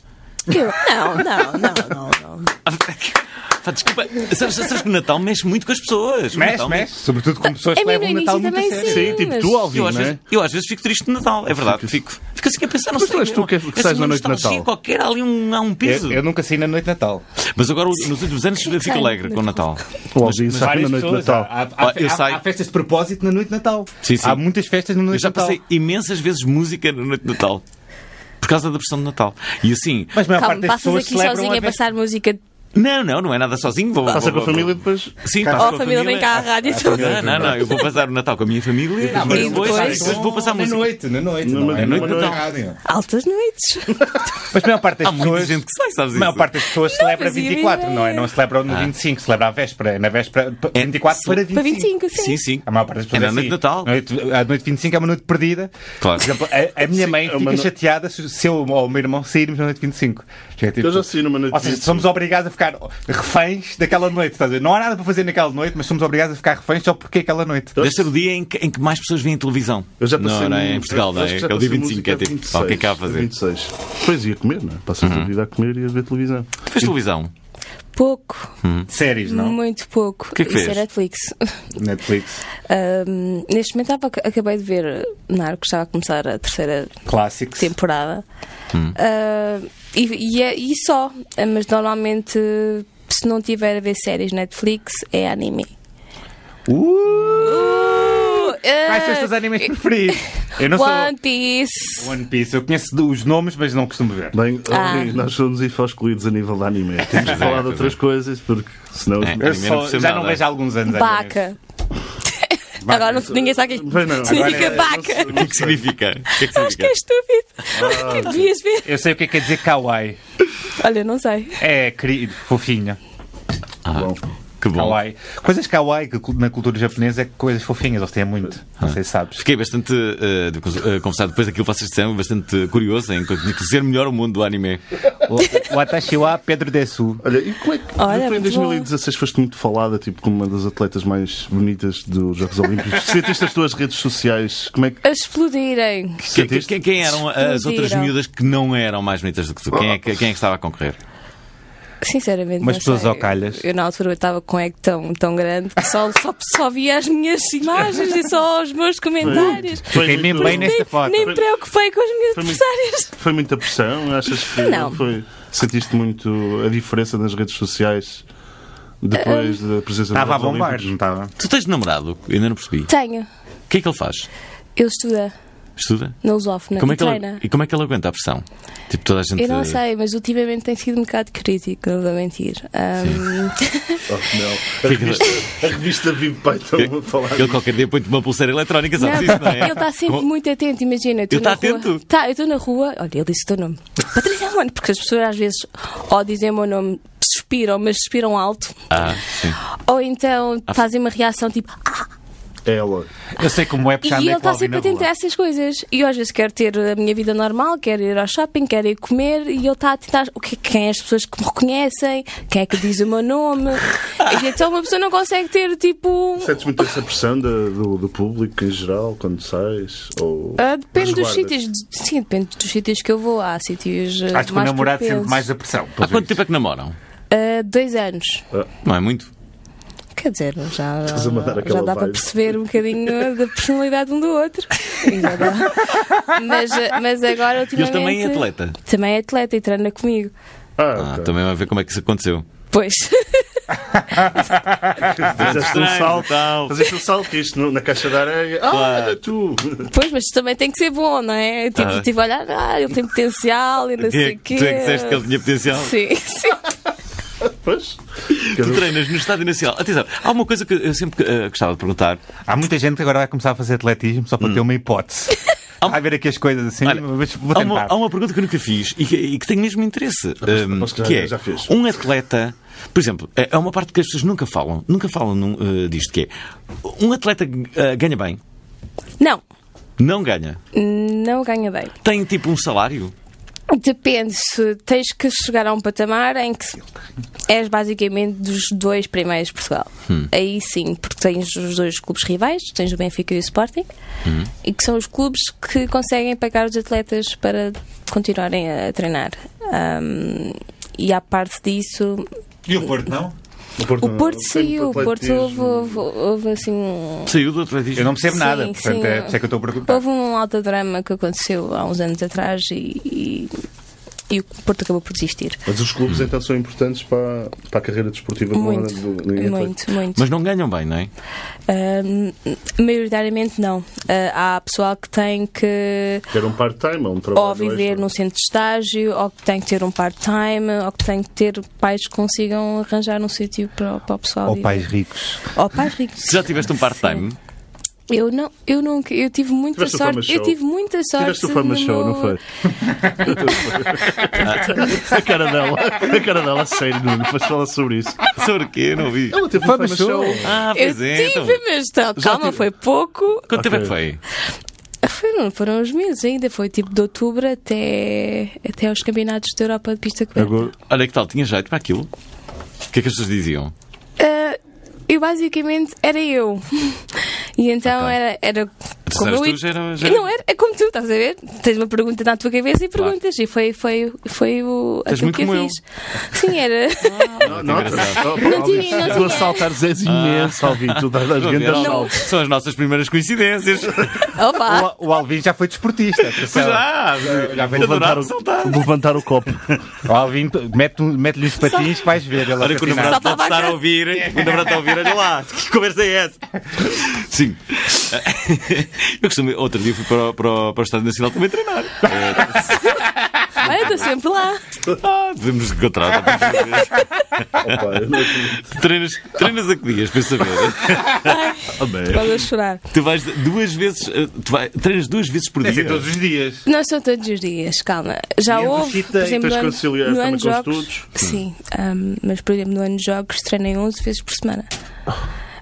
Speaker 5: Eu- não, não, não, não, não.
Speaker 1: Pá, Ah, [laughs] Desculpa, sabes, sabes que o Natal mexe muito com as pessoas. O
Speaker 3: Mexe,
Speaker 1: Natal
Speaker 3: mexe. Sobretudo com pessoas que
Speaker 5: A mim É no
Speaker 3: levam o Natal muito
Speaker 5: início
Speaker 3: a
Speaker 5: também
Speaker 3: sério.
Speaker 5: sim.
Speaker 2: Sim, tipo tu, Alvin,
Speaker 1: Eu às,
Speaker 2: não é?
Speaker 1: vezes, eu às vezes fico triste no Natal, é verdade. Fico, fico assim a pensar, não
Speaker 2: Mas
Speaker 1: sei.
Speaker 2: tu és tu
Speaker 1: eu-
Speaker 2: que- que
Speaker 1: essa
Speaker 2: sais na noite de
Speaker 1: nostalgia
Speaker 2: Natal. É,
Speaker 1: qualquer, há ali um, há um peso.
Speaker 3: Eu, eu nunca saí na noite de Natal.
Speaker 1: Mas agora, nos últimos anos, fico alegre com o Natal.
Speaker 2: O Alvin sai na
Speaker 3: Várias
Speaker 2: noite de
Speaker 3: pessoas,
Speaker 2: Natal.
Speaker 3: Há, há- há-
Speaker 1: Ah, eu
Speaker 3: há-
Speaker 1: saio.
Speaker 3: há festas de propósito na noite de Natal.
Speaker 1: Sim, sim.
Speaker 3: Há muitas festas na
Speaker 1: Eu
Speaker 3: noite de
Speaker 1: já
Speaker 3: Natal.
Speaker 1: passei imensas vezes música na noite de Natal. Por causa da pressão de Natal. E assim,
Speaker 3: Mas a maior parte
Speaker 5: Calma,
Speaker 3: das
Speaker 5: passas
Speaker 3: pessoas
Speaker 5: aqui
Speaker 3: celebram
Speaker 5: sozinha a
Speaker 3: vez-
Speaker 5: passar música.
Speaker 1: não, não, não é nada sozinho. Vou, vou-
Speaker 2: Passa com
Speaker 1: vou-
Speaker 2: a família depois.
Speaker 1: Sim, passo
Speaker 5: Ou
Speaker 1: com Ah,
Speaker 5: a família vem cá à rádio.
Speaker 1: Não, não, não, eu vou passar o Natal com a minha família
Speaker 3: Ah,
Speaker 1: e
Speaker 3: mas
Speaker 1: depois,
Speaker 5: depois-
Speaker 1: depois vou passar
Speaker 3: na
Speaker 1: música.
Speaker 3: noite, na noite.
Speaker 2: Na
Speaker 3: não
Speaker 2: noite-
Speaker 3: é?
Speaker 1: na noite
Speaker 3: não é
Speaker 1: não.
Speaker 3: errado.
Speaker 5: Altas noites.
Speaker 3: Mas a maior parte das
Speaker 1: Há muita
Speaker 3: pessoas.
Speaker 1: gente que sai, sabes
Speaker 3: A maior
Speaker 1: isso?
Speaker 3: parte das pessoas celebra
Speaker 5: fazia
Speaker 3: 24,
Speaker 5: ideia.
Speaker 3: não é? Não celebra no 25, celebra à véspera. Na véspera, p-
Speaker 1: É,
Speaker 3: 24
Speaker 1: sim.
Speaker 3: para
Speaker 5: [laughs] Para
Speaker 3: 25.
Speaker 5: 25,
Speaker 2: é
Speaker 5: sim.
Speaker 1: Sim, sim.
Speaker 3: A maior parte das pessoas.
Speaker 1: É na
Speaker 3: é
Speaker 1: noite de
Speaker 3: assim.
Speaker 1: Natal.
Speaker 3: Noite- A noite de 25 é uma noite perdida.
Speaker 1: Claro.
Speaker 3: Por exemplo, a, a minha mãe
Speaker 2: uma
Speaker 3: fica
Speaker 2: no-
Speaker 3: chateada se, se eu ou o meu irmão sairmos na noite de 25. Já é tipo-
Speaker 2: Eu já saí numa noite
Speaker 3: Ou seja,
Speaker 2: de
Speaker 3: somos obrigados a ficar reféns daquela noite. Estás a ver? Não há nada para fazer naquela noite, mas somos obrigados a ficar reféns só porque é aquela noite.
Speaker 1: Deve ser o dia em que, em que mais pessoas veem a televisão.
Speaker 2: Eu já passei
Speaker 1: não, não é
Speaker 2: mu-
Speaker 1: em Portugal, não
Speaker 2: acho
Speaker 1: é?
Speaker 2: que já
Speaker 1: Que É o dia
Speaker 2: passei
Speaker 1: 25, que é
Speaker 2: música
Speaker 1: tipo, pá, o que é que há a
Speaker 2: a
Speaker 1: fazer? Uhum.
Speaker 2: 26. Depois ia comer, não é? Passas a vida a comer e a ver televisão.
Speaker 1: Fez televisão?
Speaker 5: Pouco,
Speaker 3: Séries, não?
Speaker 5: muito pouco.
Speaker 1: que é que
Speaker 5: Isso
Speaker 1: fez?
Speaker 5: é Netflix. [laughs]
Speaker 3: Netflix.
Speaker 5: Ahm, neste momento estava- acabei de ver Narcos, estava a começar a terceira
Speaker 3: Clássicos.
Speaker 5: temporada. Ah, e, e é- e só. Mas normalmente, se não tiver a ver séries Netflix, é anime. Uh,
Speaker 3: Quais são os teus
Speaker 5: [laughs]
Speaker 3: animes preferidos? Eu não
Speaker 5: One Piece.
Speaker 3: sou One Piece. Eu conheço os nomes, mas não costumo ver.
Speaker 2: Bem,
Speaker 5: Ah.
Speaker 2: Alvin, nós somos infoscluídos a nível de anime. Temos
Speaker 1: Pois é,
Speaker 2: de falar de
Speaker 1: pois
Speaker 2: outras
Speaker 1: é.
Speaker 2: coisas, porque senão.
Speaker 1: É.
Speaker 3: Eu
Speaker 1: Anime
Speaker 3: só-
Speaker 1: não percebo
Speaker 3: já
Speaker 1: nada.
Speaker 3: não vejo há alguns anos.
Speaker 5: Baca. Agora não, ninguém sabe o que
Speaker 2: Pois não.
Speaker 5: significa
Speaker 2: Agora,
Speaker 5: baca.
Speaker 1: O que é que significa? O que é que
Speaker 5: Acho que
Speaker 1: significa?
Speaker 5: é estúpido. Que devias ver.
Speaker 3: Eu sei o que é que quer dizer kawaii.
Speaker 5: Olha, não sei.
Speaker 3: É querido, fofinho.
Speaker 1: Que bom.
Speaker 3: Kawaii. Coisas kawaii que cu- na cultura japonesa é coisas fofinhas, eles têm muito. Não sei se sabes.
Speaker 1: Fiquei bastante, eh, de cons- eh, confessar, depois daquilo que vocês disseram, bastante curioso em conhecer melhor o mundo do anime.
Speaker 3: O Atashiwa Pedro Desu.
Speaker 2: Olha, e como é que
Speaker 5: Olha,
Speaker 2: tu em
Speaker 5: muito bom.
Speaker 2: 2016 foste muito falada, tipo, como uma das atletas mais bonitas dos Jogos
Speaker 1: [laughs]
Speaker 2: Olímpicos? Sentiste as tuas redes sociais? Como é que
Speaker 5: A explodirem.
Speaker 1: Que- que-
Speaker 2: sentiste?
Speaker 1: que- quem eram as outras
Speaker 5: Explodiram.
Speaker 1: miúdas que não eram mais bonitas do que tu? Quem é que, quem é que estava a concorrer?
Speaker 5: Sinceramente,
Speaker 3: Umas
Speaker 5: não
Speaker 3: pessoas
Speaker 5: sei.
Speaker 3: ao calhas.
Speaker 5: Eu na altura eu estava com um ego tão, tão grande que só, só, só via as minhas imagens e só os meus comentários.
Speaker 1: é
Speaker 2: Foi
Speaker 3: Fiquei mesmo
Speaker 2: muito-
Speaker 3: bem nesta foto.
Speaker 5: Nem me preocupei com as minhas
Speaker 2: Foi muito-
Speaker 5: adversárias.
Speaker 2: Foi muita pressão? Achas que
Speaker 5: Não.
Speaker 2: foi? Sentiste muito a diferença nas redes sociais depois da presença
Speaker 3: Estava a
Speaker 2: dos Jogos
Speaker 3: bombar, não
Speaker 2: Olímpicos?
Speaker 3: estava?
Speaker 1: Tu tens namorado? Eu ainda não percebi.
Speaker 5: Tenho.
Speaker 1: O que é que ele faz?
Speaker 5: Ele estuda
Speaker 1: Estuda?
Speaker 5: na Lusófona
Speaker 1: Como
Speaker 5: e
Speaker 1: é que
Speaker 5: treina.
Speaker 1: ele, e como é que ele aguenta a pressão? Tipo, toda a gente.
Speaker 5: Eu não sei, mas ultimamente tem sido um bocado crítico, não vou mentir. Ahm, [laughs]
Speaker 2: Oh, não. A revista, a revista Vive Python a falar.
Speaker 1: [laughs] Ele qualquer dia põe-te uma pulseira eletrónica, sabes
Speaker 5: não,
Speaker 1: isso, não é?
Speaker 5: Ele tá está sempre
Speaker 1: Com-
Speaker 5: muito atento, imagina.
Speaker 1: Ele está atento?
Speaker 5: Tá, eu estou na rua. Olha, ele disse o teu nome. Patrícia Amon, porque as pessoas às vezes ou dizem o meu nome, suspiram, mas suspiram alto.
Speaker 1: Ah, sim.
Speaker 5: Ou então fazem uma reação tipo. "Ah",
Speaker 2: Ela.
Speaker 3: Eu sei como é
Speaker 5: Tá. e
Speaker 3: puxar
Speaker 5: ele está
Speaker 3: McLovin na
Speaker 5: sempre atento a
Speaker 3: rua.
Speaker 5: essas coisas. E eu às vezes quero ter a minha vida normal, quero ir ao shopping, quero ir comer. E ele está a tentar. O que, quem é as pessoas que me reconhecem? Quem é que diz o meu nome? e então uma pessoa não consegue ter tipo.
Speaker 2: Sentes muito essa pressão da- do, do público em geral quando sais? Ou
Speaker 5: Ah, depende
Speaker 2: nas
Speaker 5: dos
Speaker 2: guardas?
Speaker 5: sítios. Sim, depende dos sítios que eu vou. Há sítios. ah,
Speaker 3: Acho que o
Speaker 5: mais
Speaker 3: namorado
Speaker 5: propensos.
Speaker 3: sente mais a pressão.
Speaker 1: Há
Speaker 3: pelos
Speaker 1: quanto
Speaker 3: vistos.
Speaker 1: tempo é que namoram?
Speaker 5: Ah, dois anos.
Speaker 1: Não é muito?
Speaker 5: Quer dizer, já,
Speaker 2: a mandar
Speaker 5: já
Speaker 2: aquela
Speaker 5: dá para
Speaker 2: vibe.
Speaker 5: perceber um bocadinho da personalidade um do outro.
Speaker 3: [laughs]
Speaker 5: Já dá. mas, ah, mas agora
Speaker 1: Ele
Speaker 5: ultimamente.
Speaker 1: também é atleta.
Speaker 5: Também é atleta e treina comigo.
Speaker 2: Ah,
Speaker 1: Ah,
Speaker 2: ok.
Speaker 1: também vai ver como é que isso aconteceu.
Speaker 5: Pois. [laughs]
Speaker 2: Fizeste um
Speaker 1: Estranho, tá.
Speaker 2: salto.
Speaker 1: tal.
Speaker 2: Fazeste um salto isto no- na caixa de areia. Ah, olha tu! [laughs]
Speaker 5: pois, mas também tem que ser bom, não é? Tipo,
Speaker 1: Ah.
Speaker 5: tive a olhar, ah, ele tem potencial e não
Speaker 1: Tu é
Speaker 5: sei o
Speaker 1: que
Speaker 5: quê.
Speaker 1: disseste que ele tinha potencial?
Speaker 5: Sim, [laughs] sim.
Speaker 2: Pois.
Speaker 1: Tu treinas no Estádio Nacional. Atenção, há uma coisa que eu sempre eh, gostava de perguntar.
Speaker 3: Há muita gente que agora vai começar a fazer atletismo só para ter uma hipótese. Vai ver aqui as coisas assim,
Speaker 1: Hum. um- Olha,
Speaker 3: mas vou
Speaker 1: Há uma,
Speaker 3: tentar.
Speaker 1: há um- uma pergunta que eu nunca fiz e que, e que tem mesmo interesse. ehm,
Speaker 2: aposto que Ah, já-
Speaker 1: que é,
Speaker 2: já fiz.
Speaker 1: um atleta... Por exemplo, é é uma parte que as pessoas nunca falam, nunca falam num, eh, disto, que é... Um atleta eh, ganha bem,
Speaker 5: Não,
Speaker 1: não ganha,
Speaker 5: não ganha bem.
Speaker 1: tem tipo um salário...
Speaker 5: Depende, se tens que chegar a um patamar em que és basicamente dos dois primeiros de Portugal.
Speaker 1: Hum.
Speaker 5: Aí sim, porque tens os dois clubes rivais, tens o Benfica e o Sporting,
Speaker 1: Hum.
Speaker 5: e que são os clubes que conseguem pagar os atletas para continuarem a treinar. Ahm, e à parte disso,
Speaker 3: E o Porto não?
Speaker 5: o Porto
Speaker 2: tem
Speaker 5: saiu, o Porto
Speaker 2: um atletismo.
Speaker 5: houve, houve, houve assim um.
Speaker 1: Saiu do atletismo.
Speaker 3: Eu não percebo nada,
Speaker 5: Sim,
Speaker 3: portanto
Speaker 5: sim.
Speaker 3: é por isso é que eu estou a perguntar.
Speaker 5: Houve um autodrama que aconteceu há uns anos atrás e- e, e o Porto acabou por desistir.
Speaker 2: Mas os clubes então são importantes para, para a carreira desportiva
Speaker 5: Muito,
Speaker 2: do, do, ninguém tem.
Speaker 5: muito, muito.
Speaker 1: Mas não ganham bem, não é?
Speaker 5: Ahm, maioritariamente não. Ah, há pessoal que tem que
Speaker 2: Ter um part-time, ou um trabalho.
Speaker 5: ou viver
Speaker 2: extra.
Speaker 5: num centro de estágio, ou que tem que ter um part-time, ou que tem que ter pais que consigam arranjar um sítio para, o- para o pessoal.
Speaker 3: Ou
Speaker 5: viver.
Speaker 3: pais
Speaker 5: [laughs]
Speaker 3: ricos.
Speaker 5: Ou pais ricos.
Speaker 1: Se já tiveste um part-time,
Speaker 5: Eu não, eu nunca, eu tive muita
Speaker 2: Tiveste o Fama
Speaker 5: sorte. Eu
Speaker 2: Show.
Speaker 5: tive muita sorte.
Speaker 2: Tiveste o Fama
Speaker 5: no
Speaker 2: Show, não
Speaker 5: meu-
Speaker 2: foi? [laughs] a cara dela, a cara dela, a sério, Nuno, depois fala sobre isso.
Speaker 1: sobre o quê? Não vi.
Speaker 2: Ela teve um Fama Show.
Speaker 1: Ah,
Speaker 5: Eu
Speaker 1: pois é. então.
Speaker 5: tive, mas tá, calma, foi pouco.
Speaker 1: Quanto tempo é que
Speaker 2: Ok.
Speaker 1: foi?
Speaker 5: Foram, foram uns meses ainda, foi tipo de outubro até, até aos campeonatos da Europa de pista coberta.
Speaker 2: Agora,
Speaker 1: Olha que tal, tinha jeito para aquilo? O que é que as pessoas diziam?
Speaker 5: Ah, eu basicamente era eu. [laughs] E então
Speaker 1: Ok.
Speaker 5: era, era
Speaker 1: Tu
Speaker 5: como
Speaker 1: eras
Speaker 5: eu.
Speaker 1: tu, já era- já era-
Speaker 5: Não, era, é como tu, estás a ver? Tens uma pergunta na tua cabeça e
Speaker 1: Claro.
Speaker 5: perguntas. E foi, foi, foi o,
Speaker 1: Estás
Speaker 5: aquilo
Speaker 1: muito
Speaker 5: que eu
Speaker 1: como eu. Ah,
Speaker 5: fiz. Sim, era.
Speaker 2: não, não,
Speaker 5: [laughs] Não tinha, não
Speaker 2: tu
Speaker 5: tinha.
Speaker 2: a saltares és
Speaker 3: Ah.
Speaker 2: imenso, Alvin, tu dás as grandes
Speaker 1: Não.
Speaker 2: saltos.
Speaker 1: São as nossas primeiras
Speaker 2: [laughs]
Speaker 1: coincidências.
Speaker 5: Opa!
Speaker 3: O, o Alvin já foi desportista.
Speaker 1: Pois
Speaker 3: atenção.
Speaker 1: já,
Speaker 3: já veio
Speaker 1: adorava
Speaker 2: levantar o-
Speaker 1: saltar.
Speaker 2: Levantar
Speaker 1: [laughs]
Speaker 2: o copo.
Speaker 3: O Alvin mete- um- mete-lhe os patins que vais ver. Ele
Speaker 1: Olha que o
Speaker 3: afinar.
Speaker 1: namorado pode
Speaker 5: Saltava a
Speaker 1: estar a
Speaker 5: cara.
Speaker 1: ouvir. O namorado está a ouvir, olha lá, que conversa é essa? Sim. [laughs] Eu costumo, outro dia fui para, o- para, o- para o Estádio Nacional também treinar.
Speaker 5: Olha, estou sempre lá.
Speaker 1: Ah, devemos nos encontrar. talvez.
Speaker 2: Opa, eu não acredito.
Speaker 1: Treinas, treinas a que dias, para saber?
Speaker 2: Ah, bem.
Speaker 5: Pode chorar.
Speaker 1: Tu vais duas vezes, eh, tu vai, treinas duas vezes por
Speaker 3: Deve
Speaker 1: dia.
Speaker 3: ser todos os dias.
Speaker 5: Não são todos os dias, calma. Já
Speaker 2: E
Speaker 5: houve.
Speaker 2: exercita,
Speaker 5: Por
Speaker 2: e
Speaker 5: exemplo,
Speaker 2: tens
Speaker 5: no ano,
Speaker 2: conciliar
Speaker 5: no
Speaker 2: também com
Speaker 5: ano de jogos.
Speaker 2: estudos?
Speaker 5: Sim, ahm, mas por exemplo, no ano de jogos treinei 11 vezes por semana.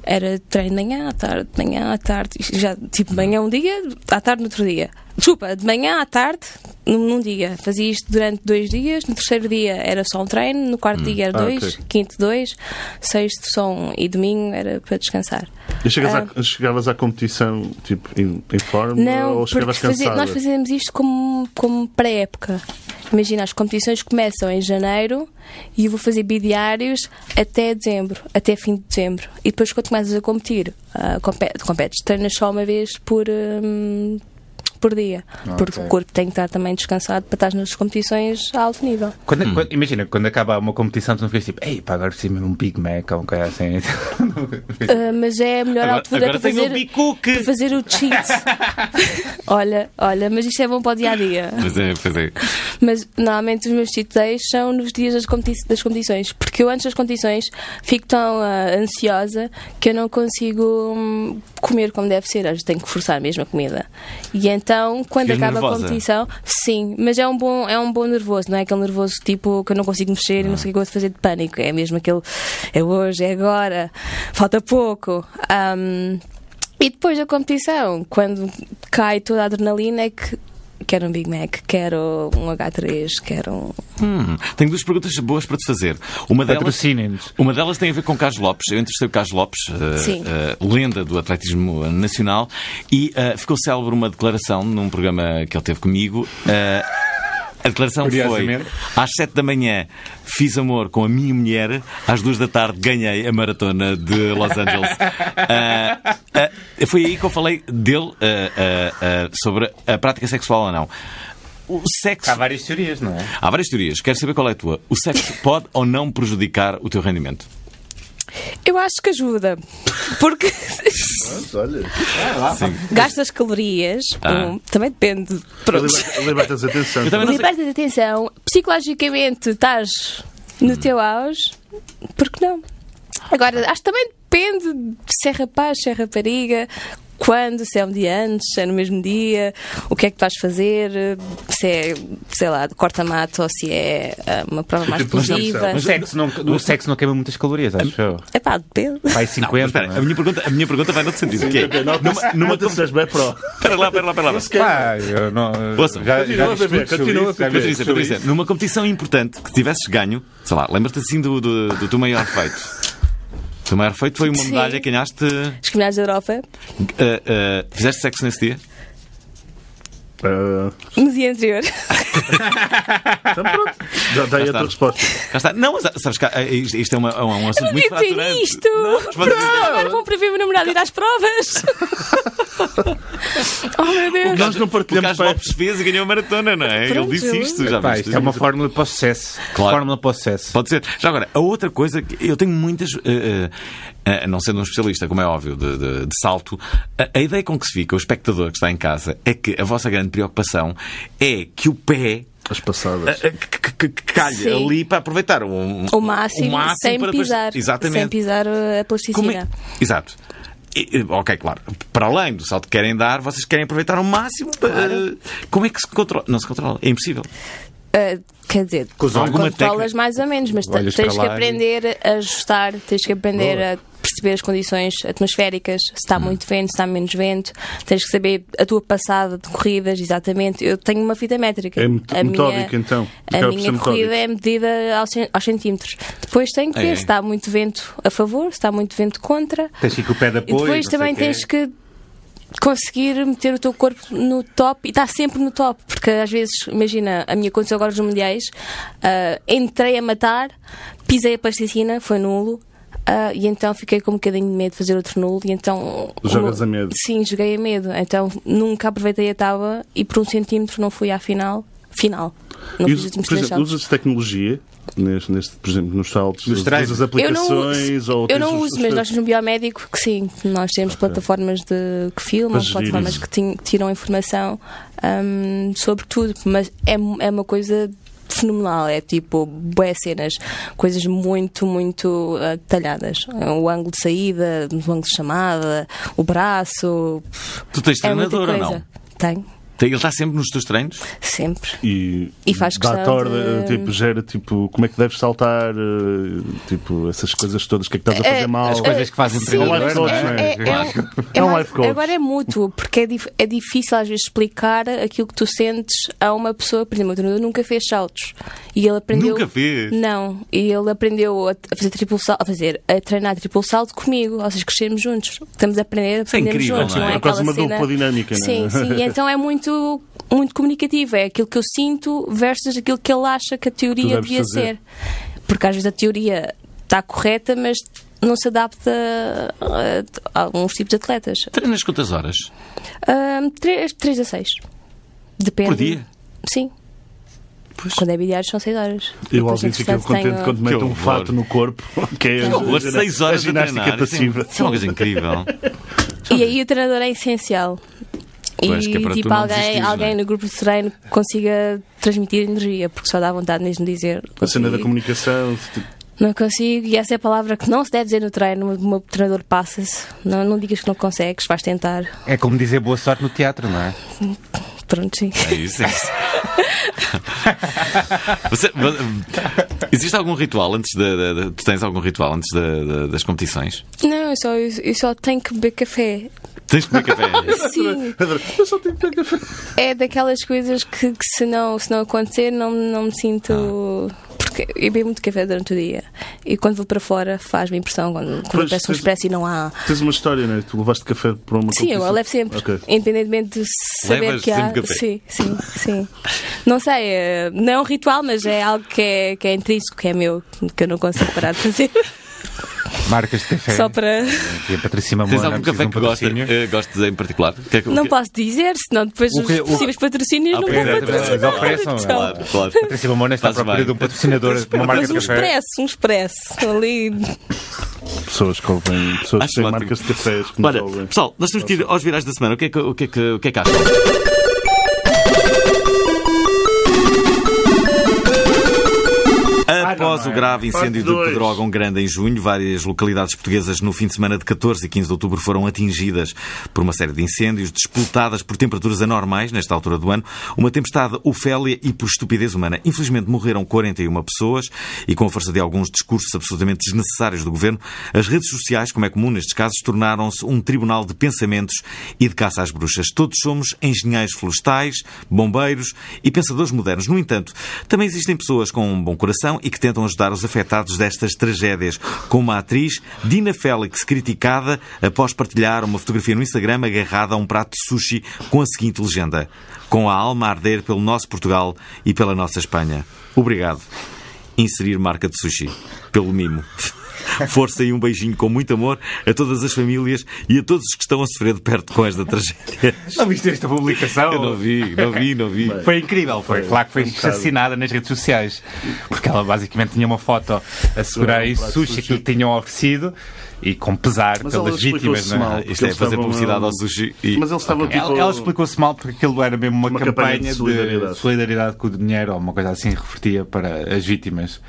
Speaker 5: Era treino de manhã, à tarde, de manhã, à tarde. Isto Já, tipo, de manhã um dia, à tarde no outro dia. Desculpa, de manhã à tarde, num, num dia, fazia isto durante dois dias, no terceiro dia era só um treino, no quarto dia era
Speaker 2: Ah,
Speaker 5: dois,
Speaker 2: ok.
Speaker 5: quinto dois, sexto só um e domingo era para descansar.
Speaker 2: E chegas à- chegavas à competição, tipo, em, em forma?
Speaker 5: Ah. Não,
Speaker 2: ou
Speaker 5: porque
Speaker 2: chegavas
Speaker 5: fazia-
Speaker 2: cansada?
Speaker 5: nós fazíamos isto como, como pré-época. Imagina, as competições começam em janeiro e eu vou fazer bidiários até dezembro, até fim de dezembro. E depois, quando começas a competir, ah, compe- competes, treinas só uma vez por, hum, por dia. Porque o corpo tem que estar também descansado para estar nas competições a alto nível.
Speaker 3: Quando-
Speaker 1: Hum.
Speaker 3: quando- imagina, quando acaba uma competição, tu não ficas tipo, ei, pá, agora preciso mesmo de um Big Mac ou um coisa assim.
Speaker 5: Ah, mas é a melhor
Speaker 1: Agora-
Speaker 5: altura
Speaker 1: agora
Speaker 5: para
Speaker 1: tenho
Speaker 5: fazer,
Speaker 1: um bicuque.
Speaker 5: para fazer o
Speaker 1: [laughs]
Speaker 5: cheat. olha, olha, mas isto é bom para o dia a dia.
Speaker 1: Pois é, pois é.
Speaker 5: Mas normalmente os meus cheat days são nos dias das, competi das competições, porque eu antes das competições fico tão ah, ansiosa que eu não consigo hum, comer como deve ser, às vezes tenho que forçar mesmo a comida. E então, quando
Speaker 1: Ficas
Speaker 5: acaba
Speaker 1: nervosa?
Speaker 5: a competição, Então, sim, mas é um, bom, é um bom nervoso, não é aquele nervoso tipo que eu não consigo mexer e não sei o que eu vou fazer de pânico, é mesmo aquele é hoje, é agora, falta pouco. Ahm, e depois da competição, quando cai toda a adrenalina, é que quero um Big Mac, quero um H3, quero um.
Speaker 1: Hum, tenho duas perguntas boas para te fazer. Uma delas,
Speaker 3: Patrocinem-nos.
Speaker 1: uma delas tem a ver com o Carlos Lopes. Eu entrevistei o Carlos Lopes, eh,
Speaker 5: Sim.
Speaker 1: eh, lenda do atletismo nacional, e eh, ficou célebre uma declaração num programa que ele teve comigo. eh, a declaração foi:
Speaker 6: Curiosamente.
Speaker 1: às 7 da manhã fiz amor com a minha mulher, às 2 da tarde ganhei a maratona de Los Angeles. Ah, ah, foi aí que eu falei dele ah, ah, ah, sobre a prática sexual ou não. O sexo
Speaker 3: Há várias teorias, não é?
Speaker 1: Há várias teorias. Quero saber qual é a tua. O
Speaker 3: [laughs]
Speaker 1: sexo pode ou não prejudicar o teu rendimento?
Speaker 5: Eu acho que ajuda, porque
Speaker 2: Olha,
Speaker 5: gastas calorias,
Speaker 1: Ah.
Speaker 5: um, também depende. Pronto.
Speaker 2: liberta- libertas a atenção.
Speaker 1: Eu também não sei-
Speaker 5: Libertas atenção, psicologicamente estás no teu auge, porque não? Agora, acho que também depende de se é rapaz, se é rapariga. Quando, se é um dia antes, se é no mesmo dia, o que é que tu vais fazer, se é, sei lá, de corta-mato ou se é ah, uma prova mais
Speaker 2: Tipo, mas não-
Speaker 5: explosiva.
Speaker 3: O sexo não, o sexo não queima muitas calorias, acho eu.
Speaker 1: é-
Speaker 5: Epá, depende.
Speaker 3: Vai
Speaker 1: Mas
Speaker 3: 50.
Speaker 1: espera, a minha pergunta, a minha pergunta vai no outro sentido. Que
Speaker 3: [laughs]
Speaker 1: é,
Speaker 2: Numa, numa bem pro.
Speaker 1: espera lá, espera lá, espera lá.
Speaker 3: Pá, eu não.
Speaker 1: Ouça,
Speaker 3: já,
Speaker 2: continua,
Speaker 3: já disse
Speaker 2: bebê,
Speaker 3: tudo sobre isso,
Speaker 2: continua,
Speaker 3: já
Speaker 2: continua.
Speaker 3: disse
Speaker 1: Patrícia,
Speaker 3: tudo
Speaker 1: Patrícia,
Speaker 3: isso.
Speaker 1: numa competição importante que tivesses ganho, sei lá, lembra-te assim do, do, do teu maior feito. O teu maior feito foi uma
Speaker 5: Sim.
Speaker 1: medalha que ganhaste.
Speaker 5: Os criminais da Europa,
Speaker 1: ah, ah, fizeste sexo nesse dia?
Speaker 2: Ah,
Speaker 5: no dia anterior.
Speaker 2: então pronto. Já dá aí a
Speaker 1: está.
Speaker 2: tua resposta.
Speaker 1: Cá está. Não, mas ah, sabes que ah, isto isto é, uma, é um assunto
Speaker 5: Não
Speaker 1: muito
Speaker 5: devia dizer
Speaker 1: fraturante.
Speaker 5: isto!
Speaker 1: mas pode-
Speaker 5: Pronto, agora vão prever o meu namorado ir
Speaker 1: [laughs]
Speaker 5: às provas! oh meu Deus!
Speaker 2: Nós não
Speaker 1: O Carlos
Speaker 2: partilhamos para
Speaker 1: Lopes fez e ganhou a maratona, não é? Ele
Speaker 5: Pronto.
Speaker 1: disse isto, já
Speaker 3: Pá,
Speaker 1: viste?
Speaker 3: isto é uma fórmula para o sucesso.
Speaker 1: Claro.
Speaker 3: Fórmula para o sucesso.
Speaker 1: Pode ser. Já agora, a outra coisa que eu tenho muitas. eh, eh, eh, não sendo um especialista, como é óbvio, de, de- de salto, a, a ideia com que se fica, o espectador que está em casa, é que a vossa grande preocupação é que o pé.
Speaker 2: as passadas.
Speaker 1: eh, que- que- que- que calhe
Speaker 5: Sim.
Speaker 1: ali para aproveitar um,
Speaker 5: O máximo,
Speaker 1: o máximo
Speaker 5: sem
Speaker 1: para depois-
Speaker 5: pisar.
Speaker 1: Exatamente.
Speaker 5: Sem pisar uh, a
Speaker 1: Como é-
Speaker 5: plasticidade.
Speaker 1: Exato. E, e, ok, claro. Para além do salto que querem dar, vocês querem aproveitar ao máximo. eh, como é que se controla? Não se controla. É impossível.
Speaker 5: Uh, quer dizer,
Speaker 1: alguma
Speaker 5: controlas
Speaker 1: técnica.
Speaker 5: mais ou menos, mas te-
Speaker 3: Olhas
Speaker 5: tens
Speaker 3: para
Speaker 5: que
Speaker 3: lá e-
Speaker 5: aprender a ajustar, tens que aprender a perceber as condições atmosféricas, se
Speaker 1: Hum.
Speaker 5: está muito vento, se está menos vento, tens que saber a tua passada de corridas, exatamente. Eu tenho uma fita métrica.
Speaker 2: É met-
Speaker 5: a
Speaker 2: metódico,
Speaker 5: minha,
Speaker 2: então.
Speaker 5: A
Speaker 2: Acaba por ser
Speaker 5: minha corrida
Speaker 2: metódico.
Speaker 5: é medida aos, cen- aos centímetros. Depois tenho que
Speaker 1: É,
Speaker 5: ver
Speaker 1: é.
Speaker 5: se está muito vento a favor, se está muito vento contra.
Speaker 3: Tens que ir com o pé de
Speaker 5: E
Speaker 3: apoio.
Speaker 5: depois
Speaker 3: não sei
Speaker 5: também
Speaker 3: quê.
Speaker 5: tens que conseguir meter o teu corpo no top e está sempre no top, porque às vezes, imagina, a minha aconteceu agora nos mundiais, ah, entrei a matar, pisei a plasticina, foi nulo. ah, e então fiquei com um bocadinho de medo de fazer outro nulo e então...
Speaker 2: Jogas
Speaker 5: o-
Speaker 2: a medo.
Speaker 5: Sim, joguei a medo. Então nunca aproveitei a tábua e por um centímetro não fui à final. Final. Não
Speaker 2: E
Speaker 5: fiz os
Speaker 2: usa-
Speaker 5: últimos
Speaker 2: por
Speaker 5: três
Speaker 2: exemplo,
Speaker 5: saltos.
Speaker 2: usas tecnologia, neste, neste, por exemplo, nos saltos,
Speaker 3: Nos
Speaker 2: usas
Speaker 3: treinos.
Speaker 2: as
Speaker 5: Eu não,
Speaker 2: aplicações ou
Speaker 5: eu
Speaker 2: tens
Speaker 5: não
Speaker 2: os-
Speaker 5: uso,
Speaker 2: os-
Speaker 5: mas nós temos um biomédico que sim, que nós temos plataformas de, que filmam,
Speaker 2: Para gerir
Speaker 5: plataformas
Speaker 2: isso.
Speaker 5: que, tin- que tiram informação hum, sobre tudo, mas é, mu- é uma coisa fenomenal, é tipo boas cenas, coisas muito, muito ah, detalhadas. O ângulo de saída, o ângulo de chamada, o braço,
Speaker 1: Tu tens
Speaker 5: é muita
Speaker 1: treinador ou
Speaker 5: coisa.
Speaker 1: não?
Speaker 5: Tenho.
Speaker 1: Ele está sempre nos teus treinos?
Speaker 5: Sempre.
Speaker 2: E,
Speaker 5: E faz
Speaker 2: dá
Speaker 5: questão
Speaker 2: torda,
Speaker 5: de-
Speaker 2: tipo, gera tipo, como é que deves saltar, eh, tipo, essas coisas todas, o que é que estás a fazer
Speaker 5: Eh,
Speaker 2: mal.
Speaker 3: As coisas que fazem
Speaker 5: Sim,
Speaker 2: treinador, não é?
Speaker 5: é, é, é,
Speaker 2: Claro.
Speaker 5: um-
Speaker 2: É um
Speaker 5: mais-
Speaker 2: life coach.
Speaker 5: Agora é mútuo, porque é, dif- é difícil às vezes explicar aquilo que tu sentes a uma pessoa. Por exemplo, o meu treinador nunca fez saltos. E ele aprendeu.
Speaker 1: Nunca fez?
Speaker 5: Não. E ele aprendeu a, a fazer triplo salto, a fazer, a treinar triplo salto comigo. Ou seja, crescemos juntos. Estamos a aprender,
Speaker 1: Isso é
Speaker 5: aprendemos
Speaker 1: incrível,
Speaker 5: juntos.
Speaker 1: não
Speaker 5: Não
Speaker 1: é?
Speaker 5: é?
Speaker 1: É
Speaker 2: quase
Speaker 5: Aquela
Speaker 2: uma dupla
Speaker 5: cena-
Speaker 2: dinâmica, não é?
Speaker 5: Sim, sim. E então é muito. Muito comunicativo, é aquilo que eu sinto versus aquilo que ele acha que a teoria
Speaker 2: deves
Speaker 5: devia
Speaker 2: fazer.
Speaker 5: ser. Porque às vezes a teoria está correta, mas não se adapta a, a alguns tipos de atletas.
Speaker 1: Treinas quantas horas?
Speaker 5: 3, a 6. Depende.
Speaker 1: Por dia?
Speaker 5: Sim. Quando é bidiário são 6 horas.
Speaker 2: Eu
Speaker 5: Depois,
Speaker 2: às vezes fico
Speaker 5: entretanto, tenho-
Speaker 2: contente quando meto um
Speaker 1: horror.
Speaker 2: fato no corpo, [laughs] que é
Speaker 1: Por favor,
Speaker 2: a-
Speaker 1: seis horas
Speaker 2: a ginástica
Speaker 1: a treinar. Isso é-
Speaker 2: passiva.
Speaker 1: Isso é uma coisa incrível.
Speaker 5: E aí o treinador é essencial.
Speaker 1: Pois, que é
Speaker 5: e
Speaker 1: para tu
Speaker 5: tipo
Speaker 1: não
Speaker 5: alguém,
Speaker 1: desistires, não é?
Speaker 5: alguém no grupo de treino que consiga transmitir energia, porque só dá vontade mesmo de dizer.
Speaker 2: A cena da
Speaker 5: consigo.
Speaker 2: comunicação, tipo,
Speaker 5: Não consigo, e essa é a palavra que não se deve dizer no treino. O meu treinador passa-se. Não, não digas que não consegues, vais tentar.
Speaker 3: É como dizer boa sorte no teatro, não é?
Speaker 5: Pronto, sim.
Speaker 1: É isso, é isso. Você- vo- existe algum ritual antes da. da- da- tu tens algum ritual antes da- da- das competições?
Speaker 5: Não, eu só, eu, eu só tenho que beber café. [laughs]
Speaker 1: Tens de comer café?
Speaker 5: Sim,
Speaker 2: eu só tenho que pegar café.
Speaker 5: é daquelas coisas que, que se, não, se não acontecer não, não me sinto.
Speaker 2: Ah.
Speaker 5: Porque eu bebo muito café durante o dia e quando vou para fora faz-me impressão quando, quando
Speaker 2: Pois,
Speaker 5: eu peço um
Speaker 2: tens-
Speaker 5: expresso e não há.
Speaker 2: Tens uma história, não é? Tu levaste café para uma
Speaker 5: Sim, eu
Speaker 2: competição.
Speaker 5: levo sempre,
Speaker 2: Ok.
Speaker 5: independentemente de saber
Speaker 1: Levas
Speaker 5: que há.
Speaker 1: sempre café?
Speaker 5: Sim, sim, sim. Não sei, eh, não é um ritual, mas é algo que é, que é intrínseco, que é meu, que eu não consigo parar de
Speaker 1: [laughs]
Speaker 5: fazer.
Speaker 3: Marcas de
Speaker 1: É.
Speaker 3: café.
Speaker 5: Só para.
Speaker 3: E a Patrícia Mamona.
Speaker 1: Tens algum café
Speaker 3: precisa de um
Speaker 1: que gostes
Speaker 3: patrocínio.
Speaker 1: eh, gostes em particular? Que é que-
Speaker 5: Não
Speaker 1: que-
Speaker 5: posso dizer, senão depois
Speaker 3: O
Speaker 5: os
Speaker 3: que- o-
Speaker 5: possíveis patrocínios
Speaker 1: Ah,
Speaker 5: não
Speaker 1: pois
Speaker 5: vão
Speaker 1: é,
Speaker 5: patrocinar.
Speaker 3: ofereçam,
Speaker 5: então.
Speaker 1: Claro, claro.
Speaker 3: Patrícia Mamona está à
Speaker 1: Fazes
Speaker 3: procura
Speaker 1: bem.
Speaker 3: de um patrocinador de uma marca
Speaker 5: Mas um
Speaker 3: de café.
Speaker 5: expresso, um expresso. Ali.
Speaker 2: Pessoas que ouvem, pessoas que
Speaker 1: Acho
Speaker 2: têm
Speaker 1: ótimo.
Speaker 2: marcas de cafés. que nos
Speaker 1: Olha,
Speaker 2: ouvem.
Speaker 1: pessoal, nós temos que ir aos virais da semana. O que é que, o que, é que, o que, é que acham? Após o grave incêndio
Speaker 2: é? Parte
Speaker 1: do
Speaker 2: dois.
Speaker 1: Pedrógão Grande em junho, várias localidades portuguesas no fim de semana de 14 e 15 de outubro foram atingidas por uma série de incêndios, disputadas por temperaturas anormais nesta altura do ano, uma tempestade ofélia e por estupidez humana. Infelizmente morreram 41 pessoas e com a força de alguns discursos absolutamente desnecessários do governo, as redes sociais, como é comum nestes casos, tornaram-se um tribunal de pensamentos e de caça às bruxas. Todos somos engenheiros florestais, bombeiros e pensadores modernos. No entanto, também existem pessoas com um bom coração e que tentam ajudar os afetados destas tragédias, como a atriz Dina Félix, criticada após partilhar uma fotografia no Instagram agarrada a um prato de sushi com a seguinte legenda: Com a alma a arder pelo nosso Portugal e pela nossa Espanha. Obrigado. Inserir marca de sushi. Pelo mimo. [laughs] Força e um beijinho com muito amor a todas as famílias e a todos os que estão a sofrer de perto com esta tragédia.
Speaker 3: Não viste esta publicação?
Speaker 1: Eu não vi, não vi, não vi.
Speaker 3: Foi incrível, foi. Claro que foi assassinada nas redes sociais. Porque ela basicamente tinha uma foto a segurar
Speaker 2: Um
Speaker 3: isso,
Speaker 2: prato de
Speaker 3: sushi que lhe tinham oferecido e com pesar
Speaker 2: Mas ela
Speaker 3: pelas vítimas,
Speaker 2: explicou-se
Speaker 3: não
Speaker 2: mal.
Speaker 3: é?
Speaker 1: Isto é
Speaker 2: Eles
Speaker 1: fazer
Speaker 2: estavam,
Speaker 1: publicidade
Speaker 2: eh,
Speaker 1: ao sushi e.
Speaker 2: Mas eles estavam tipo.
Speaker 3: Ela, ela explicou-se mal porque aquilo era mesmo uma,
Speaker 2: Uma campanha
Speaker 3: campanha,
Speaker 2: de
Speaker 3: de,
Speaker 2: solidariedade.
Speaker 3: solidariedade. que o dinheiro ou uma coisa assim revertia para as vítimas.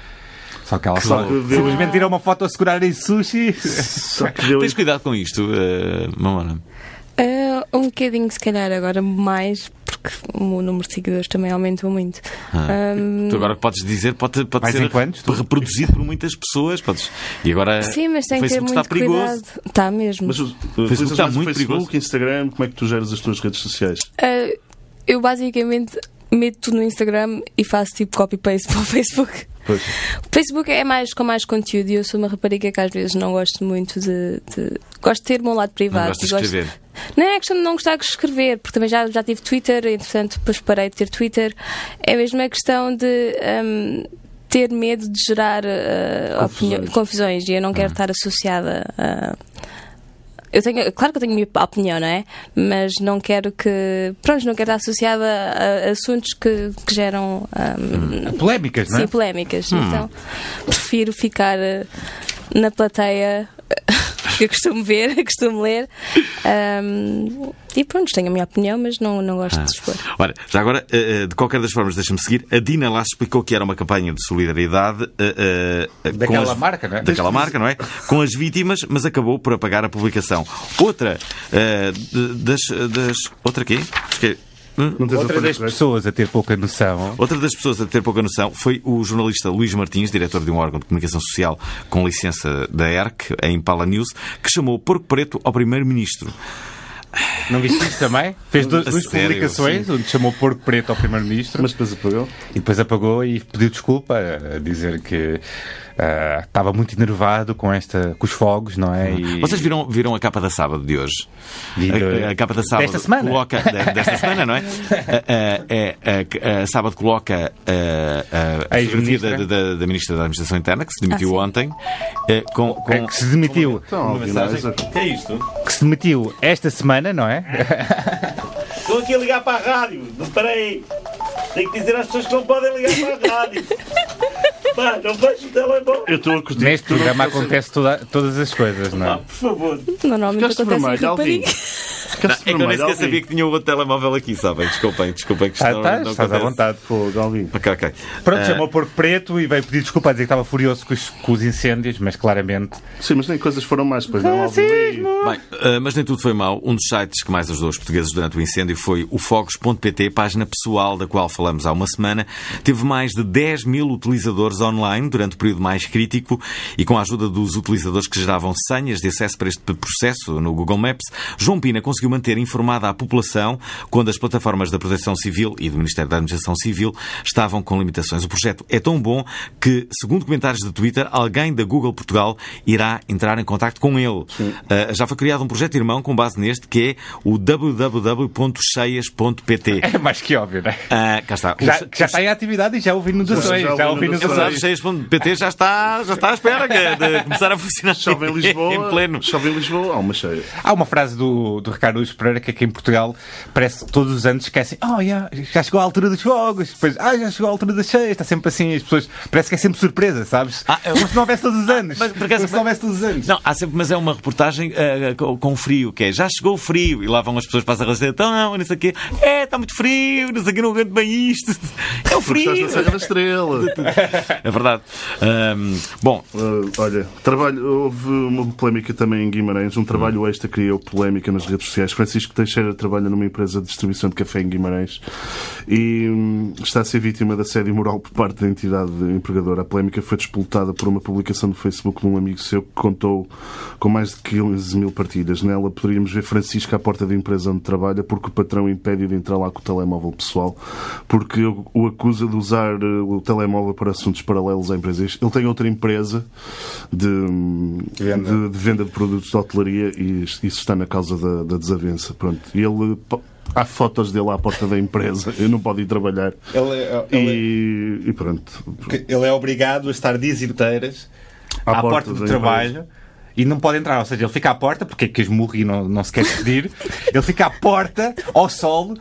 Speaker 3: Só que ela
Speaker 2: Só
Speaker 3: só
Speaker 2: que deu-
Speaker 3: simplesmente tirou uma foto a segurar em sushi.
Speaker 2: Só que deu.
Speaker 1: Tens cuidado com isto, eh, Mamona.
Speaker 5: Ah, um bocadinho, se calhar, agora mais, porque o número de seguidores também aumentou muito.
Speaker 1: Ah,
Speaker 5: Ahm,
Speaker 1: Tu agora podes dizer, pode, pode
Speaker 3: Mais
Speaker 1: ser
Speaker 3: em quantos? Tu-
Speaker 1: reproduzido por muitas pessoas. Podes... E agora
Speaker 5: sim, mas tem
Speaker 1: é. o
Speaker 5: que ter
Speaker 1: Facebook
Speaker 5: muito
Speaker 1: está perigoso.
Speaker 5: cuidado. Está mesmo.
Speaker 2: Mas uh, o
Speaker 1: Facebook está muito
Speaker 2: Facebook,
Speaker 1: perigoso.
Speaker 2: Instagram, como é que tu geras as tuas redes sociais?
Speaker 5: Ah, eu basicamente meto tudo no Instagram e faço tipo copy-paste [laughs] para o Facebook.
Speaker 2: Pois.
Speaker 5: O Facebook é mais com mais conteúdo e eu sou uma rapariga que às vezes não gosto muito de. de- Gosto de ter o meu lado privado.
Speaker 1: gostas
Speaker 5: e
Speaker 1: de
Speaker 5: gosto-
Speaker 1: escrever.
Speaker 5: Não é questão de não gostar de escrever, porque também já, já tive Twitter, entretanto depois parei de ter Twitter. É mesmo a questão de. hum, ter medo de gerar eh,
Speaker 2: Confusões.
Speaker 5: opinião- confusões e eu não quero estar associada a. Eu tenho, claro que eu tenho a minha opinião, não é? Mas não quero que. Pronto, não quero estar associada a, a assuntos que, que geram
Speaker 3: [laughs]
Speaker 5: hum,
Speaker 3: Polémicas, não é?
Speaker 5: Sim, polémicas.
Speaker 1: Hum.
Speaker 5: Então, prefiro ficar eh, na plateia [laughs] que eu costumo ver, [laughs] que costumo ler. Ahm, e pronto, tenho a minha opinião, mas não, não gosto
Speaker 1: Ah.
Speaker 5: de expor.
Speaker 1: Ora, já agora, eh, eh, de qualquer das formas, deixa-me seguir. A Dina lá explicou que era uma campanha de solidariedade. eh, eh, eh, com
Speaker 3: Daquela marca, não é?
Speaker 1: Daquela marca, não é? Com as vítimas, mas acabou por eh, apagar a publicação. Outra eh, de- das, das. Outra aqui? Esque-
Speaker 2: Não tens
Speaker 3: Outra
Speaker 2: outra
Speaker 3: das
Speaker 2: coisa?
Speaker 3: pessoas a ter pouca noção.
Speaker 1: Outra das pessoas a ter pouca noção foi o jornalista Luís Martins, diretor de um órgão de comunicação social com licença da ERC, em Impala News, que chamou Porco Preto ao primeiro-ministro.
Speaker 3: Não viste isto também? Fez duas,
Speaker 1: A
Speaker 3: duas
Speaker 1: sério?
Speaker 3: publicações, onde chamou Porco Preto ao Primeiro-Ministro
Speaker 2: Mas depois apagou.
Speaker 3: e depois apagou e pediu desculpa, a dizer que ah, estava muito enervado com, esta, com os fogos, não é? E-
Speaker 1: Vocês viram, viram a capa da sábado de hoje?
Speaker 3: Vi
Speaker 1: A,
Speaker 3: do-
Speaker 1: a capa da sábado
Speaker 3: Desta semana.
Speaker 1: coloca de- desta semana,
Speaker 3: [laughs]
Speaker 1: não é? A, a- a- a- a sábado coloca a, a,
Speaker 3: A
Speaker 1: fotografia
Speaker 3: ex-ministra.
Speaker 1: da, da- da ministra da Administração Interna, que se
Speaker 3: Ah,
Speaker 1: demitiu ontem, eh, com, com-
Speaker 3: É que se demitiu,
Speaker 2: Então, organizer.
Speaker 1: que é isto?
Speaker 3: que se demitiu esta semana, não é?
Speaker 7: Estou aqui a ligar para a rádio. Não parei. Tenho que dizer às pessoas que não podem ligar para a
Speaker 2: [laughs]
Speaker 7: rádio. Pá, não vejo o telemóvel.
Speaker 2: Eu estou a curtir.
Speaker 3: Neste programa acontece toda- todas as coisas, não
Speaker 7: Pá,
Speaker 1: Ah,
Speaker 3: é?
Speaker 7: por favor.
Speaker 5: Normalmente
Speaker 2: Ficaste
Speaker 5: acontece
Speaker 2: vermelho,
Speaker 5: com
Speaker 2: Alvin.
Speaker 5: rapariga.
Speaker 2: Ficaste
Speaker 1: É que eu nem
Speaker 2: vermelho,
Speaker 1: sequer sabia
Speaker 2: Alvin.
Speaker 1: que tinha o outro telemóvel aqui, sabem? Desculpem, desculpem. Que isto
Speaker 3: Ah,
Speaker 1: não-
Speaker 3: estás,
Speaker 1: não
Speaker 3: estás à
Speaker 1: acontece. Ah.
Speaker 3: vontade.
Speaker 2: Fogo, Alvin.
Speaker 1: Ok, ok.
Speaker 3: Pronto,
Speaker 1: Eh,
Speaker 3: chamou Porco Preto e veio pedir desculpa a dizer que estava furioso com os, com os incêndios, mas claramente.
Speaker 2: Sim, mas nem coisas foram mais, pois não, Alvin.
Speaker 1: Bem, eh, mas nem tudo foi mau. Um dos sites que mais ajudou os portugueses durante o incêndio foi o fogos.pt, página pessoal da qual falamos há uma semana. Teve mais de 10 mil utilizadores online durante o período mais crítico e com a ajuda dos utilizadores que geravam senhas de acesso para este processo no Google Maps, João Pina conseguiu manter informada a população quando as plataformas da Proteção Civil e do Ministério da Administração Civil estavam com limitações. O projeto é tão bom que, segundo comentários de Twitter, alguém da Google Portugal irá entrar em contacto com ele. Ah, já foi criado um projeto irmão com base neste que é o www.cheias.pt.
Speaker 3: É mais que óbvio, não é?
Speaker 1: Ah, cá está.
Speaker 3: Já, que já está em atividade e já houve inundações.
Speaker 2: Já
Speaker 3: Já,
Speaker 2: houve
Speaker 3: houve
Speaker 1: Exato,
Speaker 3: inundações.
Speaker 1: cheias.pt já está, já está à espera que- de começar a funcionar [laughs]
Speaker 2: Chove em
Speaker 1: em
Speaker 2: Lisboa.
Speaker 1: pleno.
Speaker 2: Chove em Lisboa. Há uma cheia.
Speaker 3: Há uma frase do, do Ricardo Luís Pereira que aqui em Portugal parece que todos os anos esquecem. Oh, yeah, já chegou a altura dos fogos. Depois, ah, já chegou a altura das cheias. Está sempre assim. As pessoas. Parece que é sempre surpresa, sabes?
Speaker 1: Ah, eu-
Speaker 3: Como se não houvesse todos os anos.
Speaker 1: mas por acaso-
Speaker 3: Como se não houvesse todos os anos.
Speaker 1: Não, há sempre, mas é uma reportagem ah, com- com frio, que é já chegou o frio, e lá vão as pessoas para a rasteira, então, não sei o quê, é, está muito frio, não sei o quê, não aguento bem isto, [laughs] é o
Speaker 2: Porque estás
Speaker 1: frio.
Speaker 2: na Serra
Speaker 1: [laughs]
Speaker 2: da Estrela.
Speaker 1: É verdade. Ahm, bom,
Speaker 2: Ah, olha, trabalho, houve uma polémica também em Guimarães. Um trabalho extra criou polémica nas redes sociais. Francisco Teixeira trabalha numa empresa de distribuição de café em Guimarães e hum, está a ser vítima de assédio moral por parte da entidade empregadora. A polémica foi disputada por uma publicação no Facebook de um amigo seu que contou com mais de 15 mil partilhas. Nela poderíamos ver Francisco à porta da empresa onde trabalha porque o patrão impede de entrar lá com o telemóvel pessoal porque o- o acusa de usar eh, o telemóvel para assuntos paralelos à empresa. Ele tem outra empresa de hum, de- de venda de, produtos de hotelaria e is- isso está na causa da, da desavença. Pronto. E ele. po- Há fotos dele à porta da empresa, [laughs] ele não pode ir trabalhar.
Speaker 8: Ele é-
Speaker 2: e, e pronto.
Speaker 8: Que Ele é obrigado a estar dias inteiras
Speaker 3: à, porta, do
Speaker 2: da
Speaker 3: trabalho
Speaker 2: empresa.
Speaker 3: e não pode entrar. Ou seja, ele fica à porta, porque é que esmurre e não, não se quer pedir. ele fica à porta, ao sol,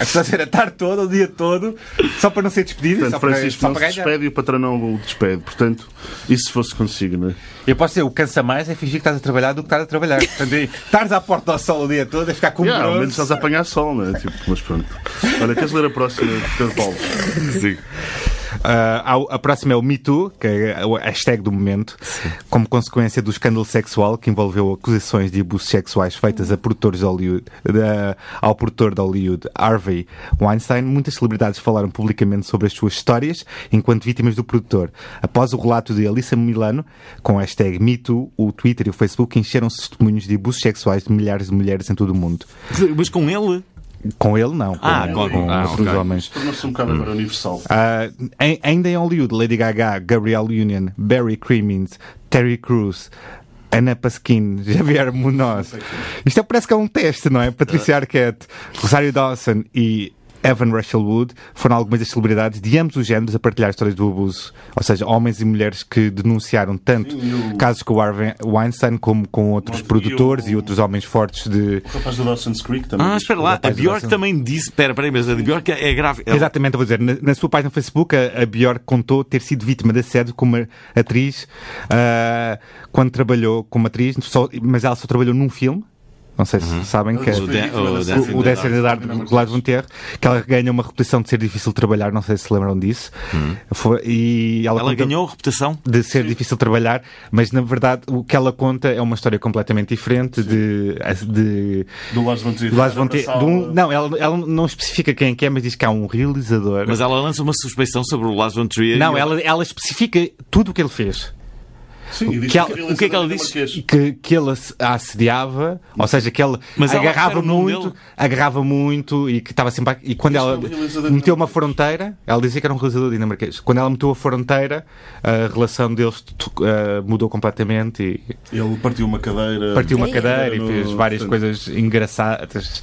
Speaker 3: a fazer a tarde toda, o dia todo, só para não ser despedido.
Speaker 2: Portanto,
Speaker 3: só para,
Speaker 2: Francisco
Speaker 3: só
Speaker 2: não
Speaker 3: para
Speaker 2: se
Speaker 3: ganhar.
Speaker 2: despede e o patrão não o despede. Portanto, isso se fosse consigo, não é?
Speaker 3: Eu posso dizer, o cansa mais é fingir que estás a trabalhar do que estar a [laughs] trabalhar. Portanto, é estares à porta ao sol o dia todo, é ficar com
Speaker 2: Yeah, ao
Speaker 3: bronze.
Speaker 2: menos estás a apanhar sol, não é? Tipo, mas pronto. Olha, queres ler a próxima, Pedro
Speaker 3: [laughs]
Speaker 2: Paulo?
Speaker 3: Ah, há- a próxima é o Me Too, que é a hashtag do momento, como consequência do escândalo sexual que envolveu acusações de abusos sexuais feitas a produtores de Hollywood, da- ao produtor de Hollywood Harvey Weinstein. Muitas celebridades falaram publicamente sobre as suas histórias enquanto vítimas do produtor. Após o relato de Alissa Milano, com a hashtag Me Too, o Twitter e o Facebook encheram-se de testemunhos de abusos sexuais de milhares de mulheres em todo o mundo.
Speaker 1: mas com ele,
Speaker 3: Com ele, não. Com,
Speaker 1: Ah,
Speaker 3: com,
Speaker 1: com- ah,
Speaker 3: outros
Speaker 1: ok.
Speaker 3: homens.
Speaker 2: Tornou-se um bocado agora universal.
Speaker 3: Ah, em- ainda em Hollywood, Lady Gaga, Gabrielle Union, Barry Crimmins, Terry Crews, Ana Pasquin, [laughs] Javier Munoz. Isto é- parece que é um teste, não é? Patrícia Arquette, Rosário Dawson e Evan Rachel Wood foram algumas das celebridades de ambos os géneros a partilhar histórias do abuso. Ou seja, homens e mulheres que denunciaram tanto casos com o Harvey Weinstein como com outros
Speaker 2: Mas e
Speaker 3: produtores
Speaker 2: o-
Speaker 3: e outros homens fortes de,
Speaker 2: O rapaz do Dawson's Creek também.
Speaker 1: ah,
Speaker 2: diz.
Speaker 1: espera lá, a
Speaker 3: rapaz
Speaker 1: Bjork
Speaker 3: do-
Speaker 1: também disse, espera, espera aí, mas a de Bjork é grave. Ela-
Speaker 3: Exatamente, eu vou dizer. Na, na sua página no Facebook, a, a Bjork contou ter sido vítima de assédio como a- atriz ah, quando trabalhou como atriz, só- mas ela só trabalhou num filme. Não sei se sabem que é-
Speaker 1: Uhum. O Dan- o Dan-
Speaker 3: o, o Décio de Dardo do Claude Monteiro, que ela ganha uma reputação de ser difícil de trabalhar, não sei se lembram disso. Foi- e ela
Speaker 1: Uhum. Ela
Speaker 3: conta-
Speaker 1: ganhou a reputação?
Speaker 3: de ser difícil de trabalhar, mas na verdade o que ela conta é uma história completamente diferente de, de
Speaker 2: Do Lars von Trier.
Speaker 3: do Lars von Trier.
Speaker 2: Abraçar
Speaker 3: de um-
Speaker 2: o-
Speaker 3: não, ela, ela não especifica quem que é, mas diz que há um realizador.
Speaker 1: Mas ela lança uma suspeição sobre o Lars von Trier.
Speaker 3: não,
Speaker 1: e
Speaker 3: ela, ela especifica tudo o que ele fez.
Speaker 2: Sim, e diz
Speaker 3: que ela-
Speaker 2: ele
Speaker 1: o que é que ela
Speaker 2: lançador
Speaker 1: disse?
Speaker 2: dinamarquês.
Speaker 3: Que, que ele ass- a assediava, ou seja, que ele
Speaker 1: Mas ela
Speaker 3: agarrava
Speaker 1: refere o nome
Speaker 3: muito,
Speaker 1: dele? é
Speaker 3: agarrava muito e que estava sempre. a- E quando
Speaker 2: Mas
Speaker 3: ela
Speaker 2: não, o realizador
Speaker 3: meteu uma fronteira, ela dizia que era um realizador dinamarquês. Quando ela meteu a fronteira, a relação deles tu- ah, mudou completamente e
Speaker 2: Ele partiu uma cadeira.
Speaker 3: partiu uma
Speaker 5: Ei.
Speaker 3: cadeira e fez
Speaker 2: No-
Speaker 3: várias coisas engraçadas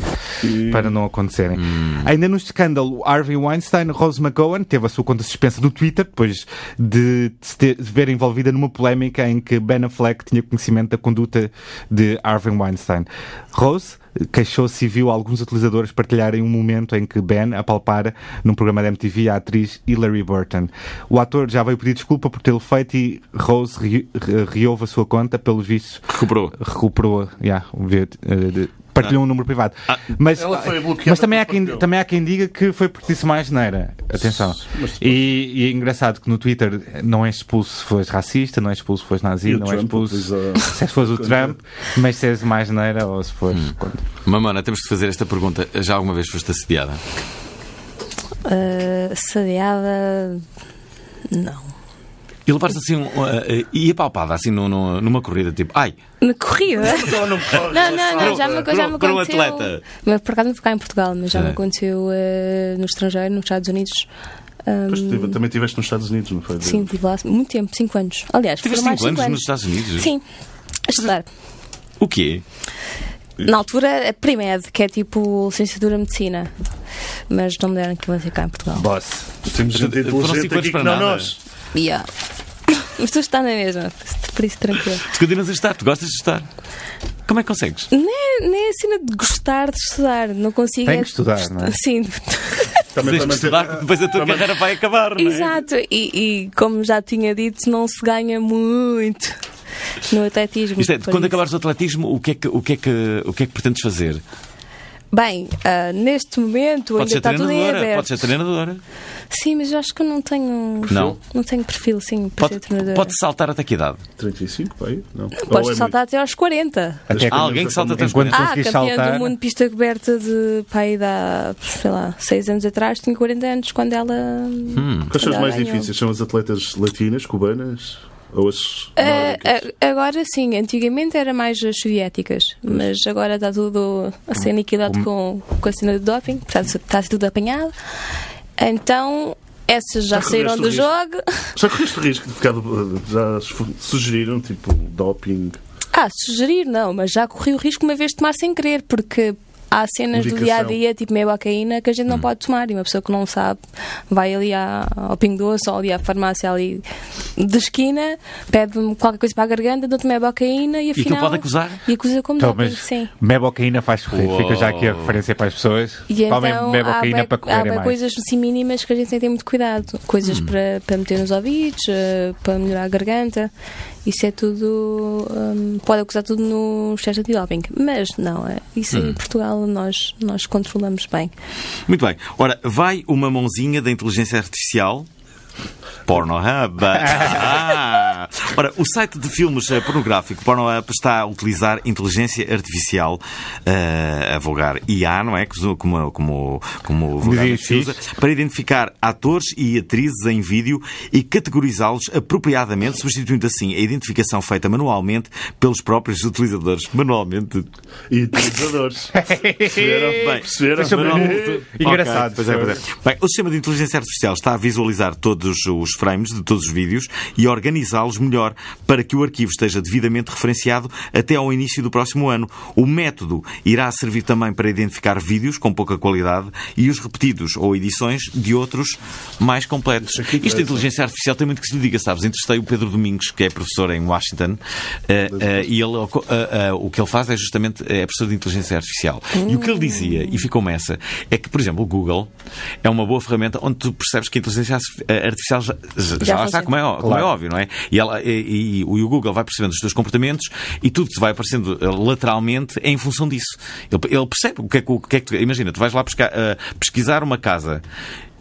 Speaker 3: para não acontecerem. Ainda no escândalo, Harvey Weinstein, Rose McGowan teve a sua conta suspensa do Twitter depois de se ter- de ver envolvida numa polémica em que Ben Affleck tinha conhecimento da conduta de Harvey Weinstein. Rose queixou-se e viu alguns utilizadores partilharem um momento em que Ben apalpara num programa da MTV a atriz Hilary Burton. O ator já veio pedir desculpa por tê-lo feito e Rose re- re- reouve a sua conta, pelos vistos
Speaker 1: Recuperou.
Speaker 3: recuperou, yeah, vê, eh, de- partilhou um número privado. mas,
Speaker 2: Ela foi bloqueada
Speaker 3: mas também, há
Speaker 2: porque
Speaker 3: quem,
Speaker 2: partilhou.
Speaker 3: também há quem diga que foi porque disse mais neira. Atenção. E, e é engraçado que no Twitter não é expulso se fores racista, não é expulso se fores nazi,
Speaker 2: E o
Speaker 3: não é
Speaker 2: Trump,
Speaker 3: expulso
Speaker 2: pois, ah.
Speaker 3: se fores o Trump, mas se és mais neira ou se fores. contra.
Speaker 1: Mamana, temos de fazer esta pergunta. Já alguma vez foste assediada?
Speaker 5: Uh, sadeada. Não.
Speaker 1: E levaste assim, um, uh, uh, e apalpada assim num- num- numa corrida, tipo, ai,
Speaker 5: Na corrida? Não, não, não, já me,
Speaker 1: Para um-
Speaker 5: já me
Speaker 1: para um
Speaker 5: aconteceu.
Speaker 1: atleta.
Speaker 5: Mas por acaso não ficar em Portugal, mas já me
Speaker 1: Sim.
Speaker 5: aconteceu eh, no estrangeiro, nos Estados Unidos. Ahm,
Speaker 2: Mas tive- também estiveste nos Estados Unidos, não foi?
Speaker 5: sim, estive lá muito tempo, 5 anos. Aliás,
Speaker 1: tiveste
Speaker 5: foram mais
Speaker 1: 5 anos
Speaker 5: cinco
Speaker 1: nos Estados Unidos?
Speaker 5: Sim, a estudar.
Speaker 1: O quê?
Speaker 5: Na altura, a Primed, que é tipo licenciatura em medicina. Mas não me deram aquilo a ficar em Portugal.
Speaker 3: Boss.
Speaker 2: Temos gente
Speaker 1: Foram cinco
Speaker 2: inteligente
Speaker 1: anos
Speaker 2: aqui
Speaker 1: para
Speaker 2: que não
Speaker 1: nada.
Speaker 2: nós.
Speaker 5: Yeah. [coughs] mas tu estás na mesma, por isso- por isso tranquilo.
Speaker 1: Tu continuas a estar, tu gostas de estar. Como é que consegues?
Speaker 5: Nem, nem é a cena de gostar de estudar, não consigo.
Speaker 3: Tem
Speaker 5: é-
Speaker 3: que estudar, não é?
Speaker 5: Sim,
Speaker 1: Tens de estudar, porque depois a tua carreira vai acabar, não é?
Speaker 5: Exato, e, e como já tinha dito, não se ganha muito no atletismo.
Speaker 1: Isto é,
Speaker 5: por
Speaker 1: quando
Speaker 5: isso.
Speaker 1: acabares o atletismo, o que é que, o que, é que, o que, é que pretendes fazer?
Speaker 5: Bem, ah, neste momento
Speaker 1: Podes
Speaker 5: ainda
Speaker 1: ser
Speaker 5: está tudo em
Speaker 1: treinadora,
Speaker 5: aberto.
Speaker 1: podes ser treinadora.
Speaker 5: Sim, mas eu acho que eu não tenho.
Speaker 1: Não.
Speaker 5: Não tenho perfil, sim, para
Speaker 1: Pode,
Speaker 5: ser treinadora.
Speaker 1: podes saltar até que idade?
Speaker 2: 35, pai? Não. é
Speaker 5: Podes saltar até aos 40.
Speaker 3: Até
Speaker 1: Há alguém que salta até aos
Speaker 3: enquanto
Speaker 1: 40.
Speaker 5: Ah,
Speaker 3: conseguires
Speaker 5: campeã
Speaker 3: saltar.
Speaker 5: do mundo de pista coberta de pai há, sei lá, 6 anos atrás, tinha 40 anos quando ela.
Speaker 2: Quais são as
Speaker 5: Ela
Speaker 2: mais
Speaker 5: ganhou.
Speaker 2: difíceis? São as atletas latinas, cubanas? Ou as.
Speaker 5: Ah,
Speaker 2: nórdicas?
Speaker 5: a- agora sim, antigamente era mais as soviéticas, mas agora está tudo a
Speaker 2: Hum.
Speaker 5: ser aniquilado com, com a cena do doping, portanto está a ser tudo apanhado. Então, essas já
Speaker 2: Já
Speaker 5: saíram do
Speaker 2: correste o
Speaker 5: jogo.
Speaker 2: Já correste o risco de ficar. Já su- sugeriram, tipo, doping.
Speaker 5: Ah, sugerir não, mas já corri o risco uma vez de tomar sem querer, porque há cenas do dia a
Speaker 2: Medicação.
Speaker 5: dia, tipo meio bacaína, que a gente
Speaker 1: Hum.
Speaker 5: não pode tomar e uma pessoa que não sabe vai ali à- ao Pingo Doce ou ali à farmácia ali de esquina, pede-me qualquer coisa para a garganta, dou-te meio bacaína e
Speaker 1: tu
Speaker 5: afinal.
Speaker 1: pode acusar?
Speaker 5: E acusa como
Speaker 3: Então,
Speaker 5: doping,
Speaker 3: mas
Speaker 5: sim.
Speaker 3: mebocaína faz correr.
Speaker 1: Uou.
Speaker 3: Fica já aqui a referência para as pessoas.
Speaker 5: E
Speaker 3: Tomem
Speaker 5: então há,
Speaker 3: mebocaína
Speaker 5: bué-
Speaker 3: para
Speaker 5: há
Speaker 3: correrem
Speaker 5: bué
Speaker 3: mais.
Speaker 5: coisas assim mínimas que a gente tem que ter muito cuidado. Coisas para, para meter nos ouvidos, eh, para melhorar a garganta. Isso é tudo. hum, pode acusar tudo no teste de doping. Mas não, é, isso em Portugal nós, nós controlamos bem.
Speaker 1: Muito bem. Ora, vai uma mãozinha da inteligência artificial. Pornhub. Ah! Ora, o site de filmes eh, pornográfico Pornhub está a utilizar inteligência artificial eh, a vulgar IA, não é? Como, como, como, como vulgarmente se
Speaker 3: Dizia
Speaker 1: usa, para identificar atores e atrizes em vídeo e categorizá-los apropriadamente, substituindo assim a identificação feita manualmente pelos próprios utilizadores. Manualmente.
Speaker 2: E utilizadores. Perceberam?
Speaker 1: Bem,
Speaker 2: Perceberam?
Speaker 3: Deixa-me-
Speaker 2: Manual-
Speaker 3: Engraçado.
Speaker 1: Ok, pois é, pois é. Bem, o sistema de inteligência artificial está a visualizar todos os frames de todos os vídeos e a organizá-los melhor para que o arquivo esteja devidamente referenciado até ao início do próximo ano. O método irá servir também para identificar vídeos com pouca qualidade e os repetidos ou edições de outros mais completos. Isto da inteligência artificial tem muito que se lhe diga, sabes? Entrevistei o Pedro Domingos, que é professor em Washington, eh, eh, e ele, eh, eh, o que ele faz é justamente eh, é professor de inteligência artificial. E o que ele dizia, e ficou essa, é que, por exemplo, o Google é uma boa ferramenta onde tu percebes que a inteligência artificial já, já, já lá está,
Speaker 5: funciona.
Speaker 1: como é, ó- como é óbvio, não é? E ela, e, e o Google vai percebendo os teus comportamentos e tudo que te vai aparecendo eh, lateralmente é em função disso. Ele, ele percebe o que é que, o que, é que tu, Imagina, tu vais lá pesca- eh, pesquisar uma casa.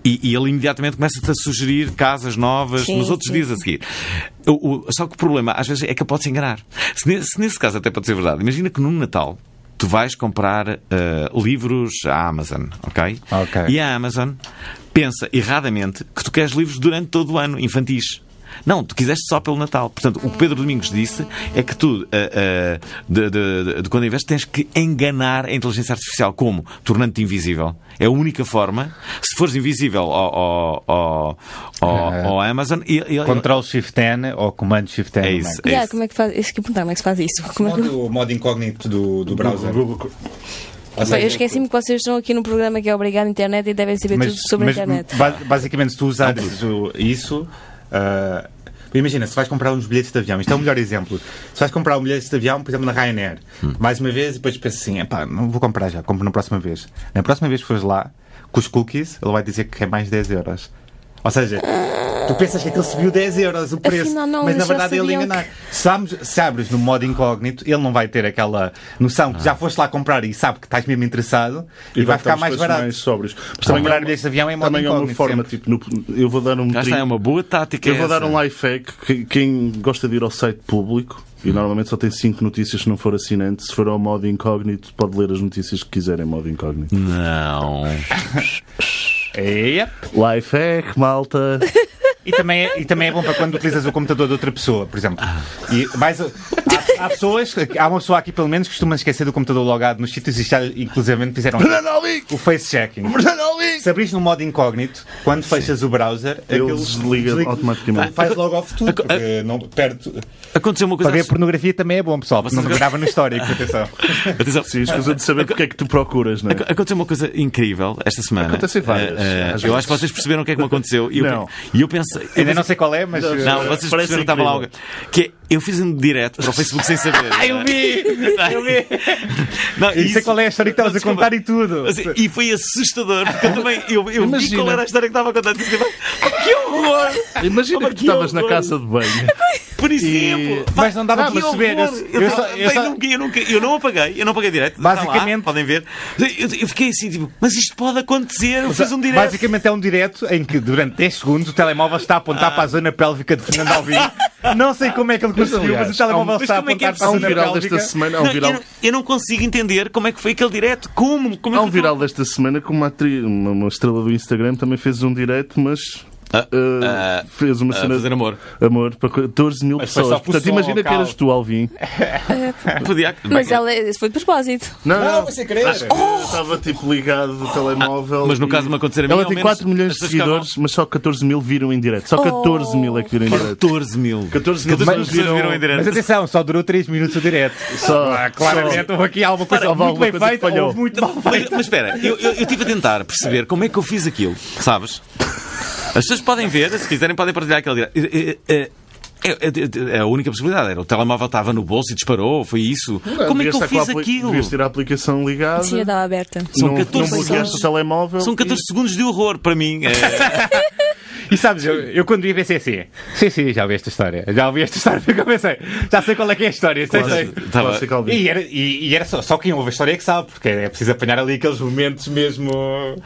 Speaker 1: E, e ele imediatamente começa-te a sugerir casas novas
Speaker 5: Sim,
Speaker 1: nos outros
Speaker 5: sim.
Speaker 1: dias a seguir. O- o- só que o problema, às vezes, é que ele pode se enganar. Se, ne- se nesse caso até pode ser verdade, imagina que num Natal tu vais comprar eh, livros à Amazon, ok?
Speaker 3: Ok.
Speaker 1: E a Amazon pensa erradamente que tu queres livros durante todo o ano, infantis. Não, tu quiseste só pelo Natal. Portanto, o que Pedro Domingos disse é que tu, eh, eh, de, de- de- de quando em vez, tens que enganar a inteligência artificial. Como? Tornando-te invisível. É a única forma. Se fores invisível ao, ao, ao, ao-
Speaker 2: É.
Speaker 3: Eh,
Speaker 1: ao Amazon... e- e-
Speaker 3: Control Shift N ou Comando Shift N.
Speaker 1: É
Speaker 3: no
Speaker 1: isso.
Speaker 3: Mac.
Speaker 1: É
Speaker 5: Yeah,
Speaker 1: isso.
Speaker 5: como é que faz? Isso que perguntar, como é que se faz isso? Como é que...
Speaker 8: Modo, modo incógnito do, do browser.
Speaker 6: Google-
Speaker 8: Ou
Speaker 5: Bem,
Speaker 8: seja,
Speaker 5: eu esqueci-me que vocês estão aqui num programa que é obrigado à internet e devem saber tudo sobre a internet.
Speaker 3: ba- basicamente, se tu usares o- isso. ah, Imagina, se vais comprar uns bilhetes de avião, isto é o melhor exemplo. Se vais comprar um bilhete de avião, por exemplo, na Ryanair, mais uma vez, e depois pensas assim: epá, não vou comprar já, compro na próxima vez. Na próxima vez que fores lá, com os cookies, ele vai dizer que é mais 10 euros. Ou seja, tu pensas que aquilo subiu 10 euros o preço,
Speaker 5: Afinal, não,
Speaker 3: mas na
Speaker 5: eles já
Speaker 3: verdade ele
Speaker 5: sabiam
Speaker 3: enganar. Se abres, se abres no modo incógnito, ele não vai ter aquela noção que já foste lá comprar e sabe que estás mesmo interessado Ah. e, vai ficar
Speaker 2: os
Speaker 3: mais
Speaker 2: preços
Speaker 3: barato.
Speaker 2: Mais sóbrios. Mas
Speaker 3: Comprar
Speaker 2: também há uma-
Speaker 3: bilhetes de avião em modo
Speaker 2: Também é uma
Speaker 3: incógnito,
Speaker 2: forma,
Speaker 3: sempre.
Speaker 2: tipo, no- eu vou dar um
Speaker 1: Cá está, é
Speaker 2: brinco-
Speaker 1: assim. uma boa tática
Speaker 2: Eu vou
Speaker 1: essa.
Speaker 2: dar um life hack. Que- Quem gosta de ir ao site público,
Speaker 1: Hum.
Speaker 2: e normalmente só tem 5 notícias se não for assinante, se for ao modo incógnito, pode ler as notícias que quiser em modo incógnito.
Speaker 1: Não.
Speaker 3: É.
Speaker 2: Life hack,
Speaker 1: [laughs]
Speaker 2: malta.
Speaker 3: E também, é, e também é bom para quando utilizas o computador de outra pessoa, por exemplo. E mais, há, há pessoas, há uma pessoa aqui pelo menos que costuma esquecer do computador logado nos sítios e já inclusivamente fizeram o face checking. Se abris no modo incógnito, quando fechas o browser,
Speaker 2: Ele
Speaker 3: aquilo
Speaker 2: desliga automaticamente.
Speaker 8: Faz logo off tudo, porque não perde.
Speaker 1: Aconteceu uma coisa...
Speaker 3: Para ver pornografia também é bom, pessoal, porque não
Speaker 1: Vocês-
Speaker 3: grava no [laughs] histórico, atenção.
Speaker 1: Atenção.
Speaker 2: Sim, escusa de saber porque é que tu procuras, não é?
Speaker 1: Aconteceu uma coisa incrível esta semana.
Speaker 2: Acontecem várias,
Speaker 1: Eh, eh,
Speaker 2: às
Speaker 1: eu
Speaker 2: vezes.
Speaker 1: acho que vocês perceberam o que é que me aconteceu. E eu,
Speaker 2: Não.
Speaker 1: E eu pensei. eu
Speaker 3: Ainda não
Speaker 1: pensei-
Speaker 3: sei qual é, mas.
Speaker 1: Não, vocês
Speaker 2: Parece
Speaker 1: perceberam que estava lá algo.
Speaker 2: incrível.
Speaker 1: Que é, eu fiz um direto para o Facebook sem
Speaker 2: [laughs]
Speaker 1: saber. é?
Speaker 3: Ah, eu vi! Eu vi!
Speaker 1: [laughs] Não,
Speaker 3: Eu sei qual é a história que estavas a
Speaker 1: Desculpa.
Speaker 3: contar e tudo.
Speaker 1: Assim, e foi assustador, porque eu também eu, eu vi
Speaker 2: Imagina.
Speaker 1: qual era a história que estava a contar. Disse, "Ah, que horror! Oh,
Speaker 2: Imagina que tu estavas na casa de banho.
Speaker 1: Por exemplo! pá,
Speaker 3: Ah, Mas não dava
Speaker 1: que
Speaker 3: para perceber.
Speaker 1: horror!
Speaker 3: Eu,
Speaker 1: Eu,
Speaker 3: eu só-
Speaker 1: tava-
Speaker 3: eu
Speaker 1: bem,
Speaker 3: só- Tá
Speaker 1: nunca- eu nunca- eu não apaguei, eu não apaguei direto. Está lá,
Speaker 3: Basicamente-
Speaker 1: podem ver. Eu, eu fiquei assim, tipo, mas isto pode acontecer, eu fiz um direto.
Speaker 3: Basicamente é um direto em que durante 10 segundos o telemóvel está a
Speaker 1: Ah.
Speaker 3: apontar para a zona pélvica de Fernando Alvim. Não sei como é que ele conseguiu,
Speaker 2: aliás,
Speaker 3: mas o telemóvel
Speaker 2: há um-
Speaker 3: está a
Speaker 1: mas como é que é
Speaker 3: apontar para a
Speaker 2: Há um
Speaker 3: zona
Speaker 2: viral desta
Speaker 3: pélvica.
Speaker 2: semana. Há
Speaker 1: Não,
Speaker 2: um
Speaker 1: eu,
Speaker 2: viral.
Speaker 1: não, eu não consigo entender como é que foi aquele direto. Como? como é
Speaker 2: Há
Speaker 1: que
Speaker 2: um viral desta semana que uma, atri- uma, uma estrela do Instagram também fez um direto, mas.
Speaker 1: Ah,
Speaker 2: uh,
Speaker 1: ah,
Speaker 2: fez uma
Speaker 1: ah,
Speaker 2: cena
Speaker 1: fazer amor.
Speaker 2: amor para 14 mil
Speaker 6: Mas foi
Speaker 2: pessoas.
Speaker 6: só com o
Speaker 2: Portanto,
Speaker 6: som
Speaker 2: imagina que
Speaker 6: local.
Speaker 2: eras tu, Alvin.
Speaker 1: Podia... é um
Speaker 5: Mas é ela, isso foi de propósito.
Speaker 2: Não,
Speaker 8: Não, você querer.
Speaker 2: estava tipo ligado do telemóvel.
Speaker 1: Ah, mas no
Speaker 2: e-
Speaker 1: caso de me acontecer a mim,
Speaker 2: Ela
Speaker 1: ao
Speaker 2: tem
Speaker 1: menos,
Speaker 2: 4 milhões
Speaker 1: as
Speaker 2: de
Speaker 1: pessoas ficavam-
Speaker 2: seguidores, mas só 14 mil viram em direto. Só 14 mil é que viram em direto.
Speaker 1: 14 mil.
Speaker 2: 14 mil
Speaker 1: pessoas
Speaker 2: pessoas
Speaker 1: viram, em direto.
Speaker 3: Mas atenção, só durou 3 minutos o direto.
Speaker 2: Só,
Speaker 3: Ah, claramente houve aqui alguma coisa
Speaker 2: Para,
Speaker 3: muito
Speaker 2: alguma
Speaker 3: bem
Speaker 2: coisa que
Speaker 3: feita
Speaker 2: falhou.
Speaker 3: ou muito mal feita.
Speaker 1: Mas, mas espera, eu, eu, eu estive a tentar perceber como é que eu fiz aquilo, sabes? As pessoas podem ver, se quiserem, podem partilhar aquele direto. Eh, eh, eh, eh, eh, A única possibilidade era o telemóvel estava no bolso e disparou, foi isso.
Speaker 2: Só,
Speaker 1: Como é que
Speaker 2: devias
Speaker 1: eu
Speaker 2: estar com a
Speaker 1: fiz
Speaker 2: apli-
Speaker 1: aquilo?
Speaker 2: Devias ter a aplicação ligada.
Speaker 3: é
Speaker 5: Sim, eu estava aberta.
Speaker 1: São
Speaker 2: não,
Speaker 1: 14
Speaker 2: não bloqueaste o
Speaker 1: segundos.
Speaker 2: telemóvel.
Speaker 1: São 14 segundos de horror para mim. [laughs] Eh,
Speaker 3: E sabes, eu, eu quando vi pensei assim, sim, sim, já ouvi esta história, já ouvi esta história, [laughs] porque eu pensei, já sei qual é que é a história, sei, sei.
Speaker 2: E...
Speaker 1: Tava-
Speaker 2: Clássico Alvin.
Speaker 3: E era, e- e era só, só quem ouve a história é que sabe, porque é preciso apanhar ali aqueles momentos mesmo.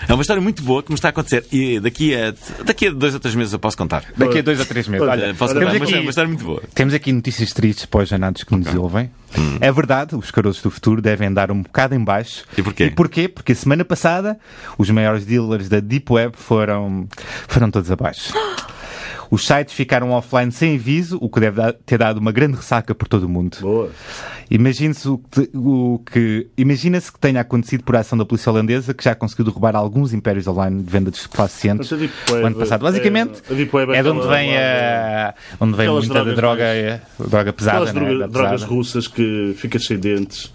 Speaker 1: É uma história muito boa que me está a acontecer e daqui a, daqui a dois ou três meses eu posso contar.
Speaker 3: Daqui a dois ou três meses.
Speaker 1: Eh,
Speaker 3: Olha,
Speaker 1: Posso
Speaker 3: temos
Speaker 1: contar, mas é
Speaker 3: aqui-
Speaker 1: uma história muito boa.
Speaker 3: Temos aqui notícias tristes para os janados que nos ouvem.
Speaker 1: Hum.
Speaker 3: É verdade, os caroços do futuro devem andar um bocado em baixo.
Speaker 1: E porquê?
Speaker 3: E porquê? Porque semana passada os maiores dealers da Deep Web foram, foram todos abaixo.
Speaker 1: [gasps]
Speaker 3: Os sites ficaram offline sem aviso, o que deve dar- ter dado uma grande ressaca por todo o mundo.
Speaker 2: Boa.
Speaker 3: Imagine-se o que, o que- imagina-se que tenha acontecido por ação da polícia holandesa, que já conseguiu derrubar alguns impérios online de venda de estupefacientes
Speaker 2: Mas a Deep
Speaker 3: no
Speaker 2: Web
Speaker 3: ano passado.
Speaker 2: é-
Speaker 3: Basicamente,
Speaker 2: a Deep Web é
Speaker 3: é de onde
Speaker 2: aquela-
Speaker 3: vem, a, onde vem
Speaker 2: aquelas
Speaker 3: muita da
Speaker 2: drogas
Speaker 3: droga, eh, droga pesada,
Speaker 2: Aquelas
Speaker 3: né?
Speaker 2: droga-
Speaker 3: Da
Speaker 2: drogas
Speaker 3: pesada.
Speaker 2: russas que ficas sem dentes.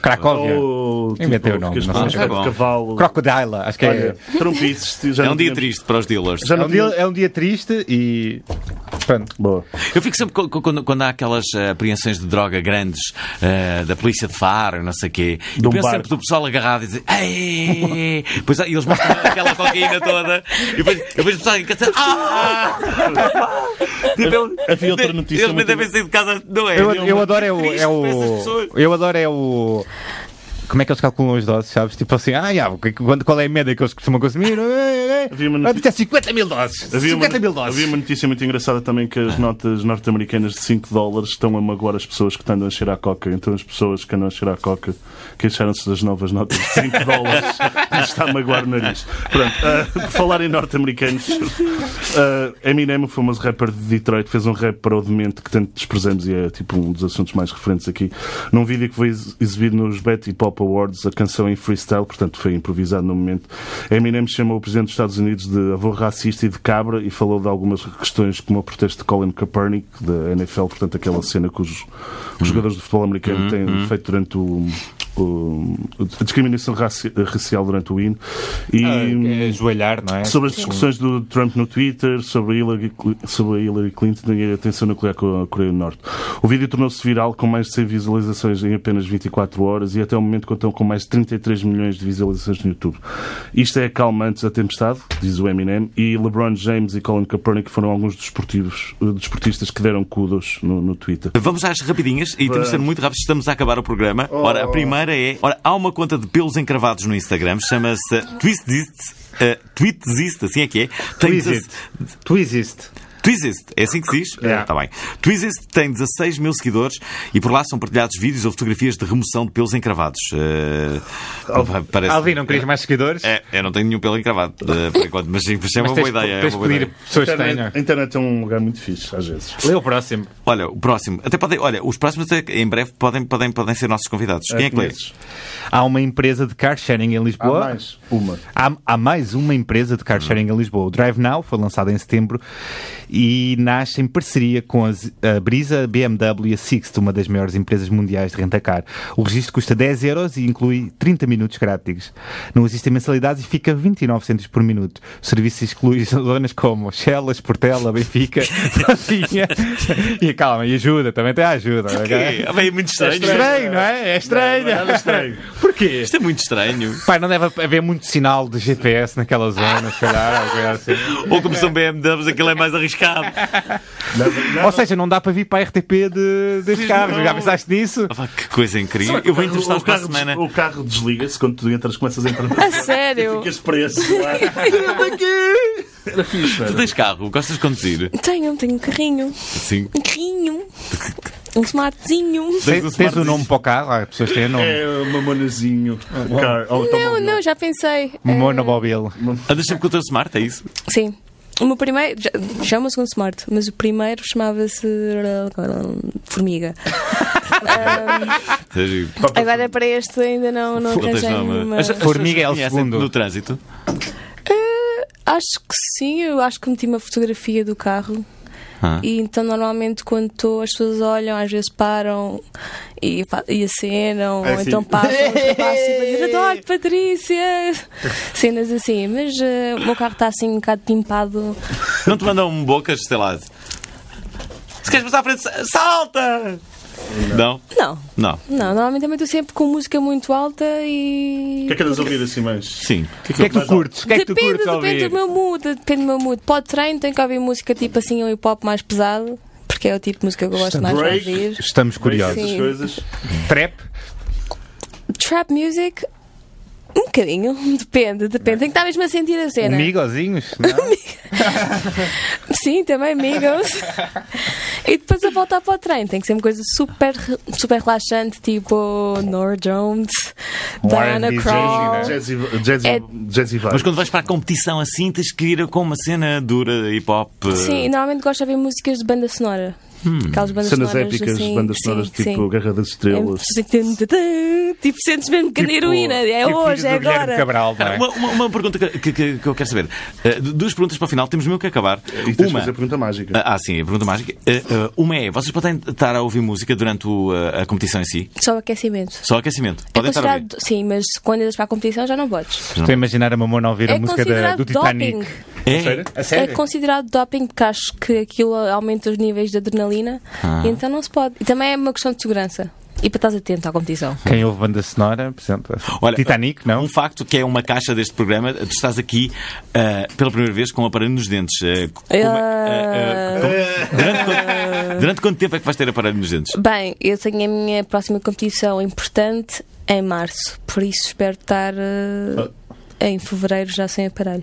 Speaker 3: Cracóvia.
Speaker 2: Ou tipo,
Speaker 3: Inventei o nome,
Speaker 2: ficas
Speaker 3: não
Speaker 2: com
Speaker 3: sei.
Speaker 1: Hum.
Speaker 2: um pé
Speaker 1: Ah, bom.
Speaker 2: de cavalo.
Speaker 3: Crocodile, acho que é.
Speaker 2: Olha, trompices. já
Speaker 1: É
Speaker 2: não
Speaker 1: um dia um
Speaker 2: tínhamos-
Speaker 1: triste para os dealers.
Speaker 2: Já
Speaker 3: É
Speaker 2: não
Speaker 3: um, dia, é um dia triste e Pronto.
Speaker 2: Boa.
Speaker 1: Eu fico sempre co- co- quando, quando há aquelas eh, apreensões de droga grandes eh, da polícia de Faro, não sei o quê.
Speaker 2: De
Speaker 1: eu
Speaker 2: um
Speaker 1: penso
Speaker 2: bar.
Speaker 1: sempre do pessoal agarrado e dizer Ei! Pois há- e eles mostram aquela cocaína toda. E depois, eu vejo o pessoal encantado. Ah! Tipo, ele-
Speaker 9: Havia outra notícia
Speaker 1: Eles nem
Speaker 9: muito
Speaker 1: devem sair de casa. Não é?
Speaker 3: Eu,
Speaker 1: É
Speaker 3: eu
Speaker 1: uma-
Speaker 3: adoro é o,
Speaker 1: triste
Speaker 3: é
Speaker 1: para essas
Speaker 3: o.
Speaker 1: pessoas.
Speaker 3: Eu adoro é o. Como é que eles calculam as doses, sabes? Tipo assim, ah, já, o que- quando- qual é a média que eles costumam
Speaker 1: [laughs]
Speaker 3: consumir?
Speaker 2: Havia uma
Speaker 3: Ah, disse 50 mil doses.
Speaker 2: Havia uma,
Speaker 3: 50 mil doses.
Speaker 2: havia uma notícia muito engraçada também que as notas norte-americanas de 5 dólares estão a magoar as pessoas que andam a cheirar coca. Então as pessoas que andam a cheirar coca queixaram-se das novas notas de 5 dólares que lhes está a magoar o nariz. Pronto, ah, por falar em norte-americanos, ah, Eminem, o famoso rapper de Detroit, fez um rap para o demente que tanto desprezamos e é tipo um dos assuntos mais referentes aqui. Num vídeo que foi ex- exibido nos Betty Pop Awards, a canção em freestyle, portanto foi improvisado no momento, Eminem chamou o presidente dos Estados Unidos de avô racista e de cabra e falou de algumas questões como o protesto de Colin Kaepernick da NFL, portanto aquela cena que os, os jogadores de futebol
Speaker 3: Uhum,
Speaker 2: americano têm feito durante o, o- a discriminação raci- racial durante o hino e
Speaker 3: Ah, é ajoelhar, não é?
Speaker 2: sobre as discussões do Trump no Twitter, sobre a Hillary, Cl- sobre a Hillary Clinton e a tensão nuclear com a Coreia do Norte. O vídeo tornou-se viral com mais de 100 visualizações em apenas 24 horas e até o momento contam com mais de 33 milhões de visualizações no YouTube. Isto é calmante a tempestade, diz o Eminem, e LeBron James e Colin Kaepernick foram alguns dos esportivos- eh, desportistas que deram kudos no, no Twitter.
Speaker 1: Vamos às rapidinhas e temos de ser muito rápidos, estamos a acabar o programa.
Speaker 3: Oh.
Speaker 1: Ora, a primeira é. Ora, há uma conta de pelos encravados no Instagram, chama-se Twistist. eh, Tweetzist, assim é que é. Tem
Speaker 3: Twizit. Twizist.
Speaker 1: Twizist, é assim que se diz?
Speaker 3: É.
Speaker 1: Tá bem. Twizist tem 16 mil seguidores e por lá são partilhados vídeos ou fotografias de remoção de pelos encravados. Eh, parece...
Speaker 3: Alvin, não querias mais seguidores?
Speaker 1: É, eu não tenho nenhum pelo encravado, eh,
Speaker 3: [laughs]
Speaker 1: por enquanto, mas sim, mas é uma
Speaker 3: Mas
Speaker 1: boa
Speaker 3: tens,
Speaker 1: ideia. é
Speaker 3: tens
Speaker 1: uma
Speaker 3: de
Speaker 1: boa
Speaker 3: pedir
Speaker 1: ideia.
Speaker 3: pessoas que
Speaker 2: A
Speaker 3: tenham.
Speaker 2: internet, a internet é um lugar muito fixe, às vezes.
Speaker 3: Lê o próximo.
Speaker 1: Olha, o próximo. Até podem, olha, os próximos até em breve podem, podem, podem ser nossos convidados. Quem é que lê?
Speaker 2: Conheces?
Speaker 3: Há uma empresa de car sharing em
Speaker 2: Há
Speaker 3: Lisboa.
Speaker 2: mais uma. Hum.
Speaker 3: Há, há mais uma empresa de car sharing em Lisboa. O Drive Now foi lançado em setembro e nasce em parceria com as- a Brisa, a BMW e a Sixt, uma das maiores empresas mundiais de rentacar. O registro custa 10 euros e inclui 30 minutos grátis. Não existem mensalidades e fica 29 cêntimos por minuto. O serviço exclui zonas como Chelas, Portela,
Speaker 2: [laughs]
Speaker 3: Benfica, Pontinha. E calma, e ajuda, também tem a ajuda. ok?
Speaker 1: É, é muito
Speaker 3: É
Speaker 1: estranho.
Speaker 3: estranho, não é? É estranho. Porquê?
Speaker 1: Isto é muito estranho.
Speaker 3: Pai, não deve haver muito sinal de GPS naquela zona, se calhar, ou coisa assim.
Speaker 1: Ou como são BMWs, aquilo é mais
Speaker 3: [laughs]
Speaker 1: arriscado.
Speaker 3: Ou seja, não dá para vir para a RTP de, deste carro. Já pensaste nisso?
Speaker 1: Ah, pá, que coisa incrível. Eu vou entrevistar-os para a
Speaker 2: carro,
Speaker 1: semana.
Speaker 2: des- o carro desliga-se quando tu entras, começas a entrar
Speaker 1: [laughs]
Speaker 5: A sério?
Speaker 2: Ficas preso lá. Era fixe,
Speaker 1: Tu
Speaker 2: era.
Speaker 1: tens carro? Gostas de conduzir?
Speaker 5: Tenho, tenho um carrinho.
Speaker 1: Sim.
Speaker 5: Um carrinho. Um smartzinho.
Speaker 1: Tens um
Speaker 3: Tens, tens o
Speaker 1: smartzinho.
Speaker 3: nome para o carro? Ah, As pessoas têm nome.
Speaker 2: É uh, mamonazinho. Car, oh, um- automóvel.
Speaker 5: Não, não, já pensei. Eh,
Speaker 3: Monomobil.
Speaker 1: Andas sempre com o teu smart, é isso?
Speaker 5: Sim. O meu primeiro. já- Chama o segundo smart, mas o primeiro chamava-se. Formiga.
Speaker 1: É giro.
Speaker 5: Agora para este ainda não, não
Speaker 1: Não tens
Speaker 5: arranjei
Speaker 1: nome.
Speaker 5: nenhuma.
Speaker 1: As- as pessoas
Speaker 3: Formiga é o
Speaker 1: conhecem
Speaker 3: segundo.
Speaker 1: No trânsito.
Speaker 5: Eh, acho que sim, eu acho que meti uma fotografia do carro.
Speaker 1: Ah.
Speaker 5: E então normalmente quando estou as pessoas olham, às vezes param e, fa- e acenam,
Speaker 3: É
Speaker 5: ou
Speaker 3: assim.
Speaker 5: então passam, ultrapassam e dizem adoro
Speaker 3: [laughs]
Speaker 5: Patrícia! Cenas assim, mas eh, o meu carro está assim um bocado pimpado.
Speaker 1: Não te mandam um bocas, sei lá. Se queres passar à frente, sa- salta! Não?
Speaker 5: Não,
Speaker 1: Não.
Speaker 5: não, normalmente também estou sempre com música muito alta e.
Speaker 2: O que é que andas a ouvir assim mais?
Speaker 1: Sim.
Speaker 3: O que é que tu curtes? O que é que tu
Speaker 5: depende,
Speaker 3: curtes
Speaker 5: depende
Speaker 3: ouvir?
Speaker 5: do meu mood, depende do meu mood. Pode treino, tenho que ouvir música tipo assim, um hip hop mais pesado, porque é o tipo de música que eu gosto mais de
Speaker 2: Break.
Speaker 5: ouvir.
Speaker 3: Estamos curiosos.
Speaker 5: Sim.
Speaker 2: Essas coisas.
Speaker 3: Trap?
Speaker 5: Trap music, um bocadinho, [laughs] depende, depende. Tem que estar mesmo a sentir a cena.
Speaker 3: Amigozinhos? Um
Speaker 5: [laughs]
Speaker 3: Não?
Speaker 5: Sim, também amigos. e depois a voltar para o treino. Tem que ser uma coisa super, re- super relaxante, tipo Nora Jones,
Speaker 3: Um
Speaker 5: Diana
Speaker 3: R&B
Speaker 5: Krall.
Speaker 3: jazzy,
Speaker 2: Jazzy, né? jazzy,
Speaker 5: É-
Speaker 2: jazzy vibe.
Speaker 1: né? Mas quando vais para a competição assim, tens que ir com uma cena dura hip hop. eh,
Speaker 5: Sim, normalmente gosto de ouvir músicas de banda sonora. Aquelas bandas
Speaker 2: Cenas
Speaker 5: sonoras
Speaker 2: épicas,
Speaker 5: assim,
Speaker 2: bandas
Speaker 5: sim,
Speaker 2: sonoras
Speaker 5: sim.
Speaker 2: tipo Guerra das Estrelas.
Speaker 5: É, tipo, sentes mesmo que a heroína. É
Speaker 3: Tipo
Speaker 5: hoje,
Speaker 3: filhos
Speaker 5: é
Speaker 3: do Guilherme
Speaker 5: agora.
Speaker 3: Cabral, não
Speaker 1: Cara,
Speaker 3: é?
Speaker 1: uma, uma- uma pergunta que, que- que- que eu quero saber. Eh, du- duas perguntas para o final, temos mesmo que acabar.
Speaker 2: E tens de
Speaker 1: uma.
Speaker 2: fazer a pergunta mágica.
Speaker 1: Ah, ah, sim, a pergunta mágica. Eh, eh, uma é: vocês podem estar a ouvir música durante o, eh, a competição em si?
Speaker 5: Só o aquecimento.
Speaker 1: Só aquecimento?
Speaker 5: É
Speaker 1: Podem estar a ouvir?
Speaker 5: considerado, sim, mas quando entras para a competição já não podes.
Speaker 3: Estou a imaginar a mamona a ouvir a
Speaker 5: é
Speaker 3: música da-
Speaker 5: considerado
Speaker 3: do Titanic.
Speaker 5: doping.
Speaker 1: É?
Speaker 8: A
Speaker 5: É
Speaker 8: sério?
Speaker 5: considerado doping porque acho que aquilo aumenta os níveis de adrenalina
Speaker 1: Ah.
Speaker 5: e então não se pode. E também é uma questão de segurança. E para estás atento à competição.
Speaker 3: Quem ouve banda sonora, por exemplo,
Speaker 1: Olha,
Speaker 3: Titanic, não?
Speaker 1: Um facto que é uma caixa deste programa, tu estás aqui ah, pela primeira vez com o aparelho nos dentes. Ah, como é- ah, ah, como- durante, quanto, durante quanto tempo é que vais ter aparelho nos dentes?
Speaker 5: Bem, eu tenho a minha próxima competição importante em março, por isso espero estar eh, em fevereiro já sem aparelho.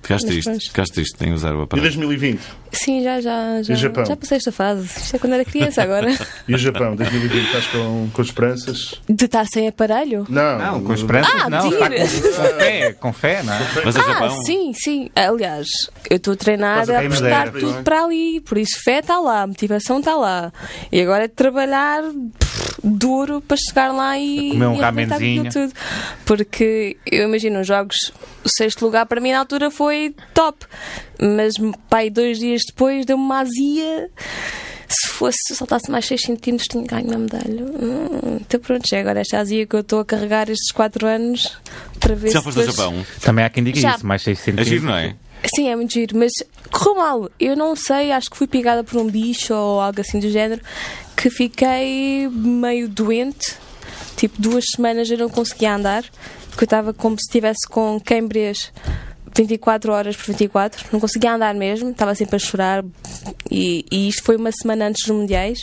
Speaker 1: Ficaste
Speaker 5: Mas
Speaker 1: triste,
Speaker 5: pois.
Speaker 1: ficaste triste em usar o
Speaker 2: E
Speaker 1: aparelho.
Speaker 2: 2020?
Speaker 5: Sim, já, já, já,
Speaker 2: Japão?
Speaker 5: já passei esta fase. Isto é quando era
Speaker 1: [laughs]
Speaker 5: criança agora.
Speaker 2: E o Japão? 2020 estás com, com esperanças?
Speaker 5: De estar sem aparelho?
Speaker 2: Não.
Speaker 3: Não, com esperanças,
Speaker 5: Ah,
Speaker 3: não.
Speaker 5: mentira.
Speaker 3: Está com, com fé, com fé, não é?
Speaker 1: Mas a
Speaker 5: Ah,
Speaker 1: Japão,
Speaker 5: sim, sim. Aliás, eu estou a treinar
Speaker 2: Estás a
Speaker 5: a
Speaker 2: treinar,
Speaker 5: apostar
Speaker 2: pois
Speaker 5: tudo
Speaker 2: é.
Speaker 5: para ali. Por isso, fé está lá, motivação está lá. E agora é trabalhar pff, duro para chegar lá e.
Speaker 3: Comer um
Speaker 5: e arrebentar
Speaker 3: ramenzinho.
Speaker 5: aquilo tudo. Porque eu imagino os jogos, o sexto lugar para mim na altura foi top. Mas, pai, dois dias depois deu-me uma azia. Se fosse, se saltasse mais 6 centímetros, tinha ganho uma medalha. Hum, então pronto, já agora esta azia que eu estou a carregar estes 4 anos para ver
Speaker 1: já
Speaker 5: se
Speaker 1: foste ao
Speaker 5: depois-
Speaker 1: Japão.
Speaker 3: Também há quem diga
Speaker 5: Já.
Speaker 3: isso, mais 600
Speaker 1: É giro, não é?
Speaker 5: Sim, é muito giro, mas correu mal. Eu não sei, acho que fui picada por um bicho ou algo assim do género, que fiquei meio doente. Tipo, duas semanas eu não conseguia andar, porque eu estava como se estivesse com queimbres 24 horas por 24. Não conseguia andar mesmo, estava sempre a chorar. E, e isto foi uma semana antes dos Mundiais,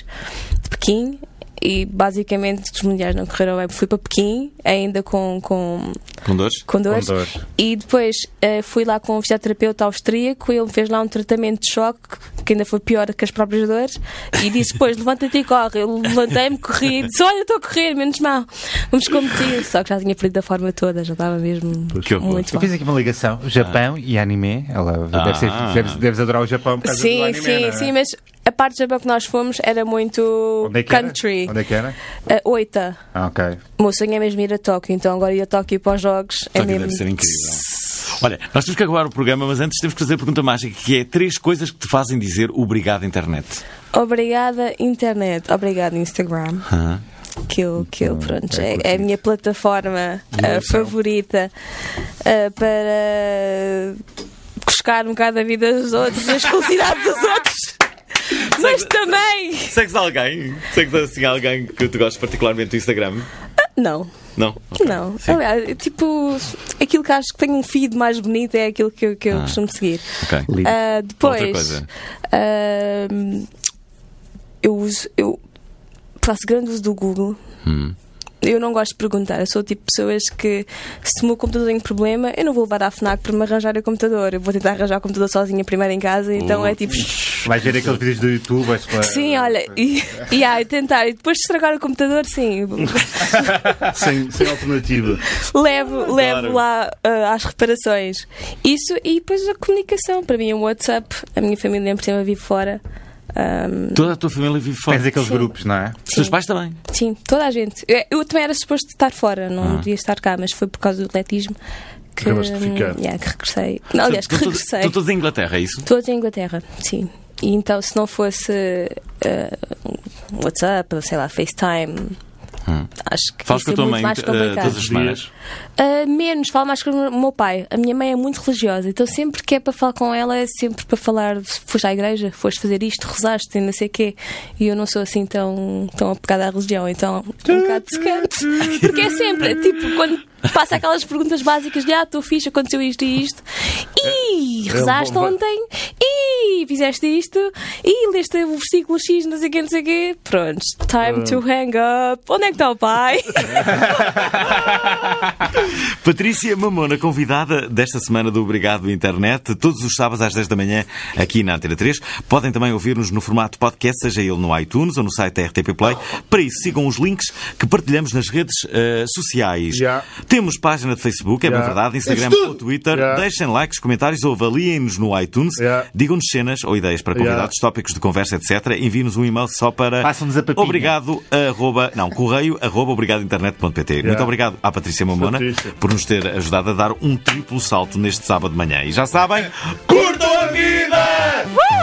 Speaker 5: de Pequim. E basicamente os mundiais não correram bem. Fui para Pequim, ainda com- com,
Speaker 1: Com dores?
Speaker 5: com dores.
Speaker 3: Com dores.
Speaker 5: E depois eh, fui lá com um fisioterapeuta austríaco, ele me fez lá um tratamento de choque, que ainda foi pior que as próprias dores, e disse depois, levanta-te e corre. Eu levantei-me, corri, e disse, olha, estou a correr, menos mal. Vamos competir. Só que já tinha perdido a forma toda, já estava mesmo
Speaker 1: Que horror.
Speaker 5: muito
Speaker 3: Eu fiz
Speaker 5: mal.
Speaker 3: aqui uma ligação, Japão e anime. Ela
Speaker 1: Ah.
Speaker 3: deve ser, deves, deves adorar o Japão por causa do
Speaker 5: Sim,
Speaker 3: anime, não
Speaker 5: sim,
Speaker 3: é?
Speaker 5: sim, mas a parte do Japão que nós fomos era muito
Speaker 3: Onde é que era?
Speaker 5: country.
Speaker 3: Onde é que era?
Speaker 5: Eh, oita.
Speaker 3: Ah, ok.
Speaker 5: O meu sonho é mesmo ir a Tóquio, então agora ir a Tóquio para os jogos é
Speaker 1: Só que
Speaker 5: mesmo.
Speaker 1: deve ser incrível. Olha, nós temos que acabar o programa, mas antes temos que fazer a pergunta mágica, que é três coisas que te fazem dizer obrigado internet.
Speaker 5: Obrigada, internet. Obrigada, Instagram.
Speaker 1: Aham.
Speaker 5: que eu, que eu pronto, é, é a minha plataforma ah, favorita ah, para buscar um bocado a vida dos outros e as felicidades dos [laughs] outros. Mas também.
Speaker 1: Segues alguém? Segues assim alguém que tu gostes particularmente do Instagram?
Speaker 5: Não,
Speaker 1: Não? Ok.
Speaker 5: não.
Speaker 1: Sim.
Speaker 5: Aliás, tipo, aquilo que acho que tem um feed mais bonito é aquilo que eu, que eu
Speaker 1: Ah.
Speaker 5: costumo seguir.
Speaker 1: Ok.
Speaker 5: Ah, depois.
Speaker 1: Outra coisa.
Speaker 5: ah, eu uso. Eu faço grande uso do Google.
Speaker 1: Hum.
Speaker 5: Eu não gosto de perguntar, eu sou o tipo de pessoas que se o meu computador tem problema, eu não vou levar à FNAC para me arranjar o computador. Eu vou tentar arranjar o computador sozinha primeiro em casa, então é tipo.
Speaker 3: Vais ver aqueles vídeos do YouTube, vais
Speaker 1: [laughs]
Speaker 3: para...
Speaker 5: Sim, olha, e, e ai, tentar, e depois de estragar o computador, sim,
Speaker 2: Sem, sem alternativa.
Speaker 5: levo, levo lá ah, às reparações. Isso e depois a comunicação. Para mim, o WhatsApp, a minha família em Portugal vive fora. Ahm,
Speaker 1: Toda a tua família vive fora.
Speaker 3: Tens aqueles
Speaker 5: Sim.
Speaker 3: grupos, não é?
Speaker 1: Os teus pais também.
Speaker 5: Sim, toda a gente. Eu, eu também era suposto estar fora,
Speaker 1: Ah.
Speaker 5: não devia estar cá, mas foi por causa do atletismo que, hum,
Speaker 2: Acabaste de ficar.
Speaker 5: yeah, que regressei. Não, aliás, [laughs] que
Speaker 1: Estão todos-
Speaker 5: regressei.
Speaker 1: Estão todos em Inglaterra, é isso?
Speaker 5: Todos em Inglaterra, sim. E então, se não fosse eh, um WhatsApp, sei lá, FaceTime,
Speaker 1: Hum.
Speaker 5: acho que
Speaker 1: Falas
Speaker 5: ia
Speaker 1: com a
Speaker 5: ser
Speaker 1: tua
Speaker 5: muito
Speaker 1: mãe
Speaker 5: mais
Speaker 1: eh,
Speaker 5: complicado.
Speaker 1: todas as semanas.
Speaker 5: Ah, menos, falo mais com o meu pai. A minha mãe é muito religiosa, então sempre que é para falar com ela, é sempre para falar: foste à igreja, foste fazer isto, rezaste, e não sei o quê. E eu não sou assim tão, tão apegada à religião, então é um bocado secante. [laughs] Porque é sempre, tipo, quando passa aquelas perguntas básicas de: ah, estou fixe, aconteceu isto e isto. E rezaste ontem, e fizeste isto, e leste o versículo X, não sei o quê, não sei o quê. Pronto, time to hang up. Onde é que está o pai?
Speaker 1: Patrícia Mamona, convidada desta semana do Obrigado Internet, todos os sábados às 10 da manhã, aqui na Antena 3. Podem também ouvir-nos no formato podcast, seja ele no iTunes ou no site da RTP Play. Para isso, sigam os links que partilhamos nas redes eh, sociais.
Speaker 2: Já.
Speaker 1: Temos página de Facebook, é bem
Speaker 2: Já.
Speaker 1: verdade, Instagram ou Twitter.
Speaker 2: Já.
Speaker 1: Deixem likes, comentários ou avaliem-nos no iTunes.
Speaker 2: Já.
Speaker 1: Digam-nos cenas ou ideias para convidados, tópicos de conversa, etc. Enviem-nos um e-mail só para...
Speaker 3: Passam-nos a papinha.
Speaker 1: Obrigado, arroba, não, correio, arroba, obrigadointernet.pt. Muito obrigado à Patrícia Mamona. Mamona
Speaker 2: Patrícia.
Speaker 1: por nos ter ajudado a dar um triplo salto neste sábado de manhã. E já sabem, curtam a vida!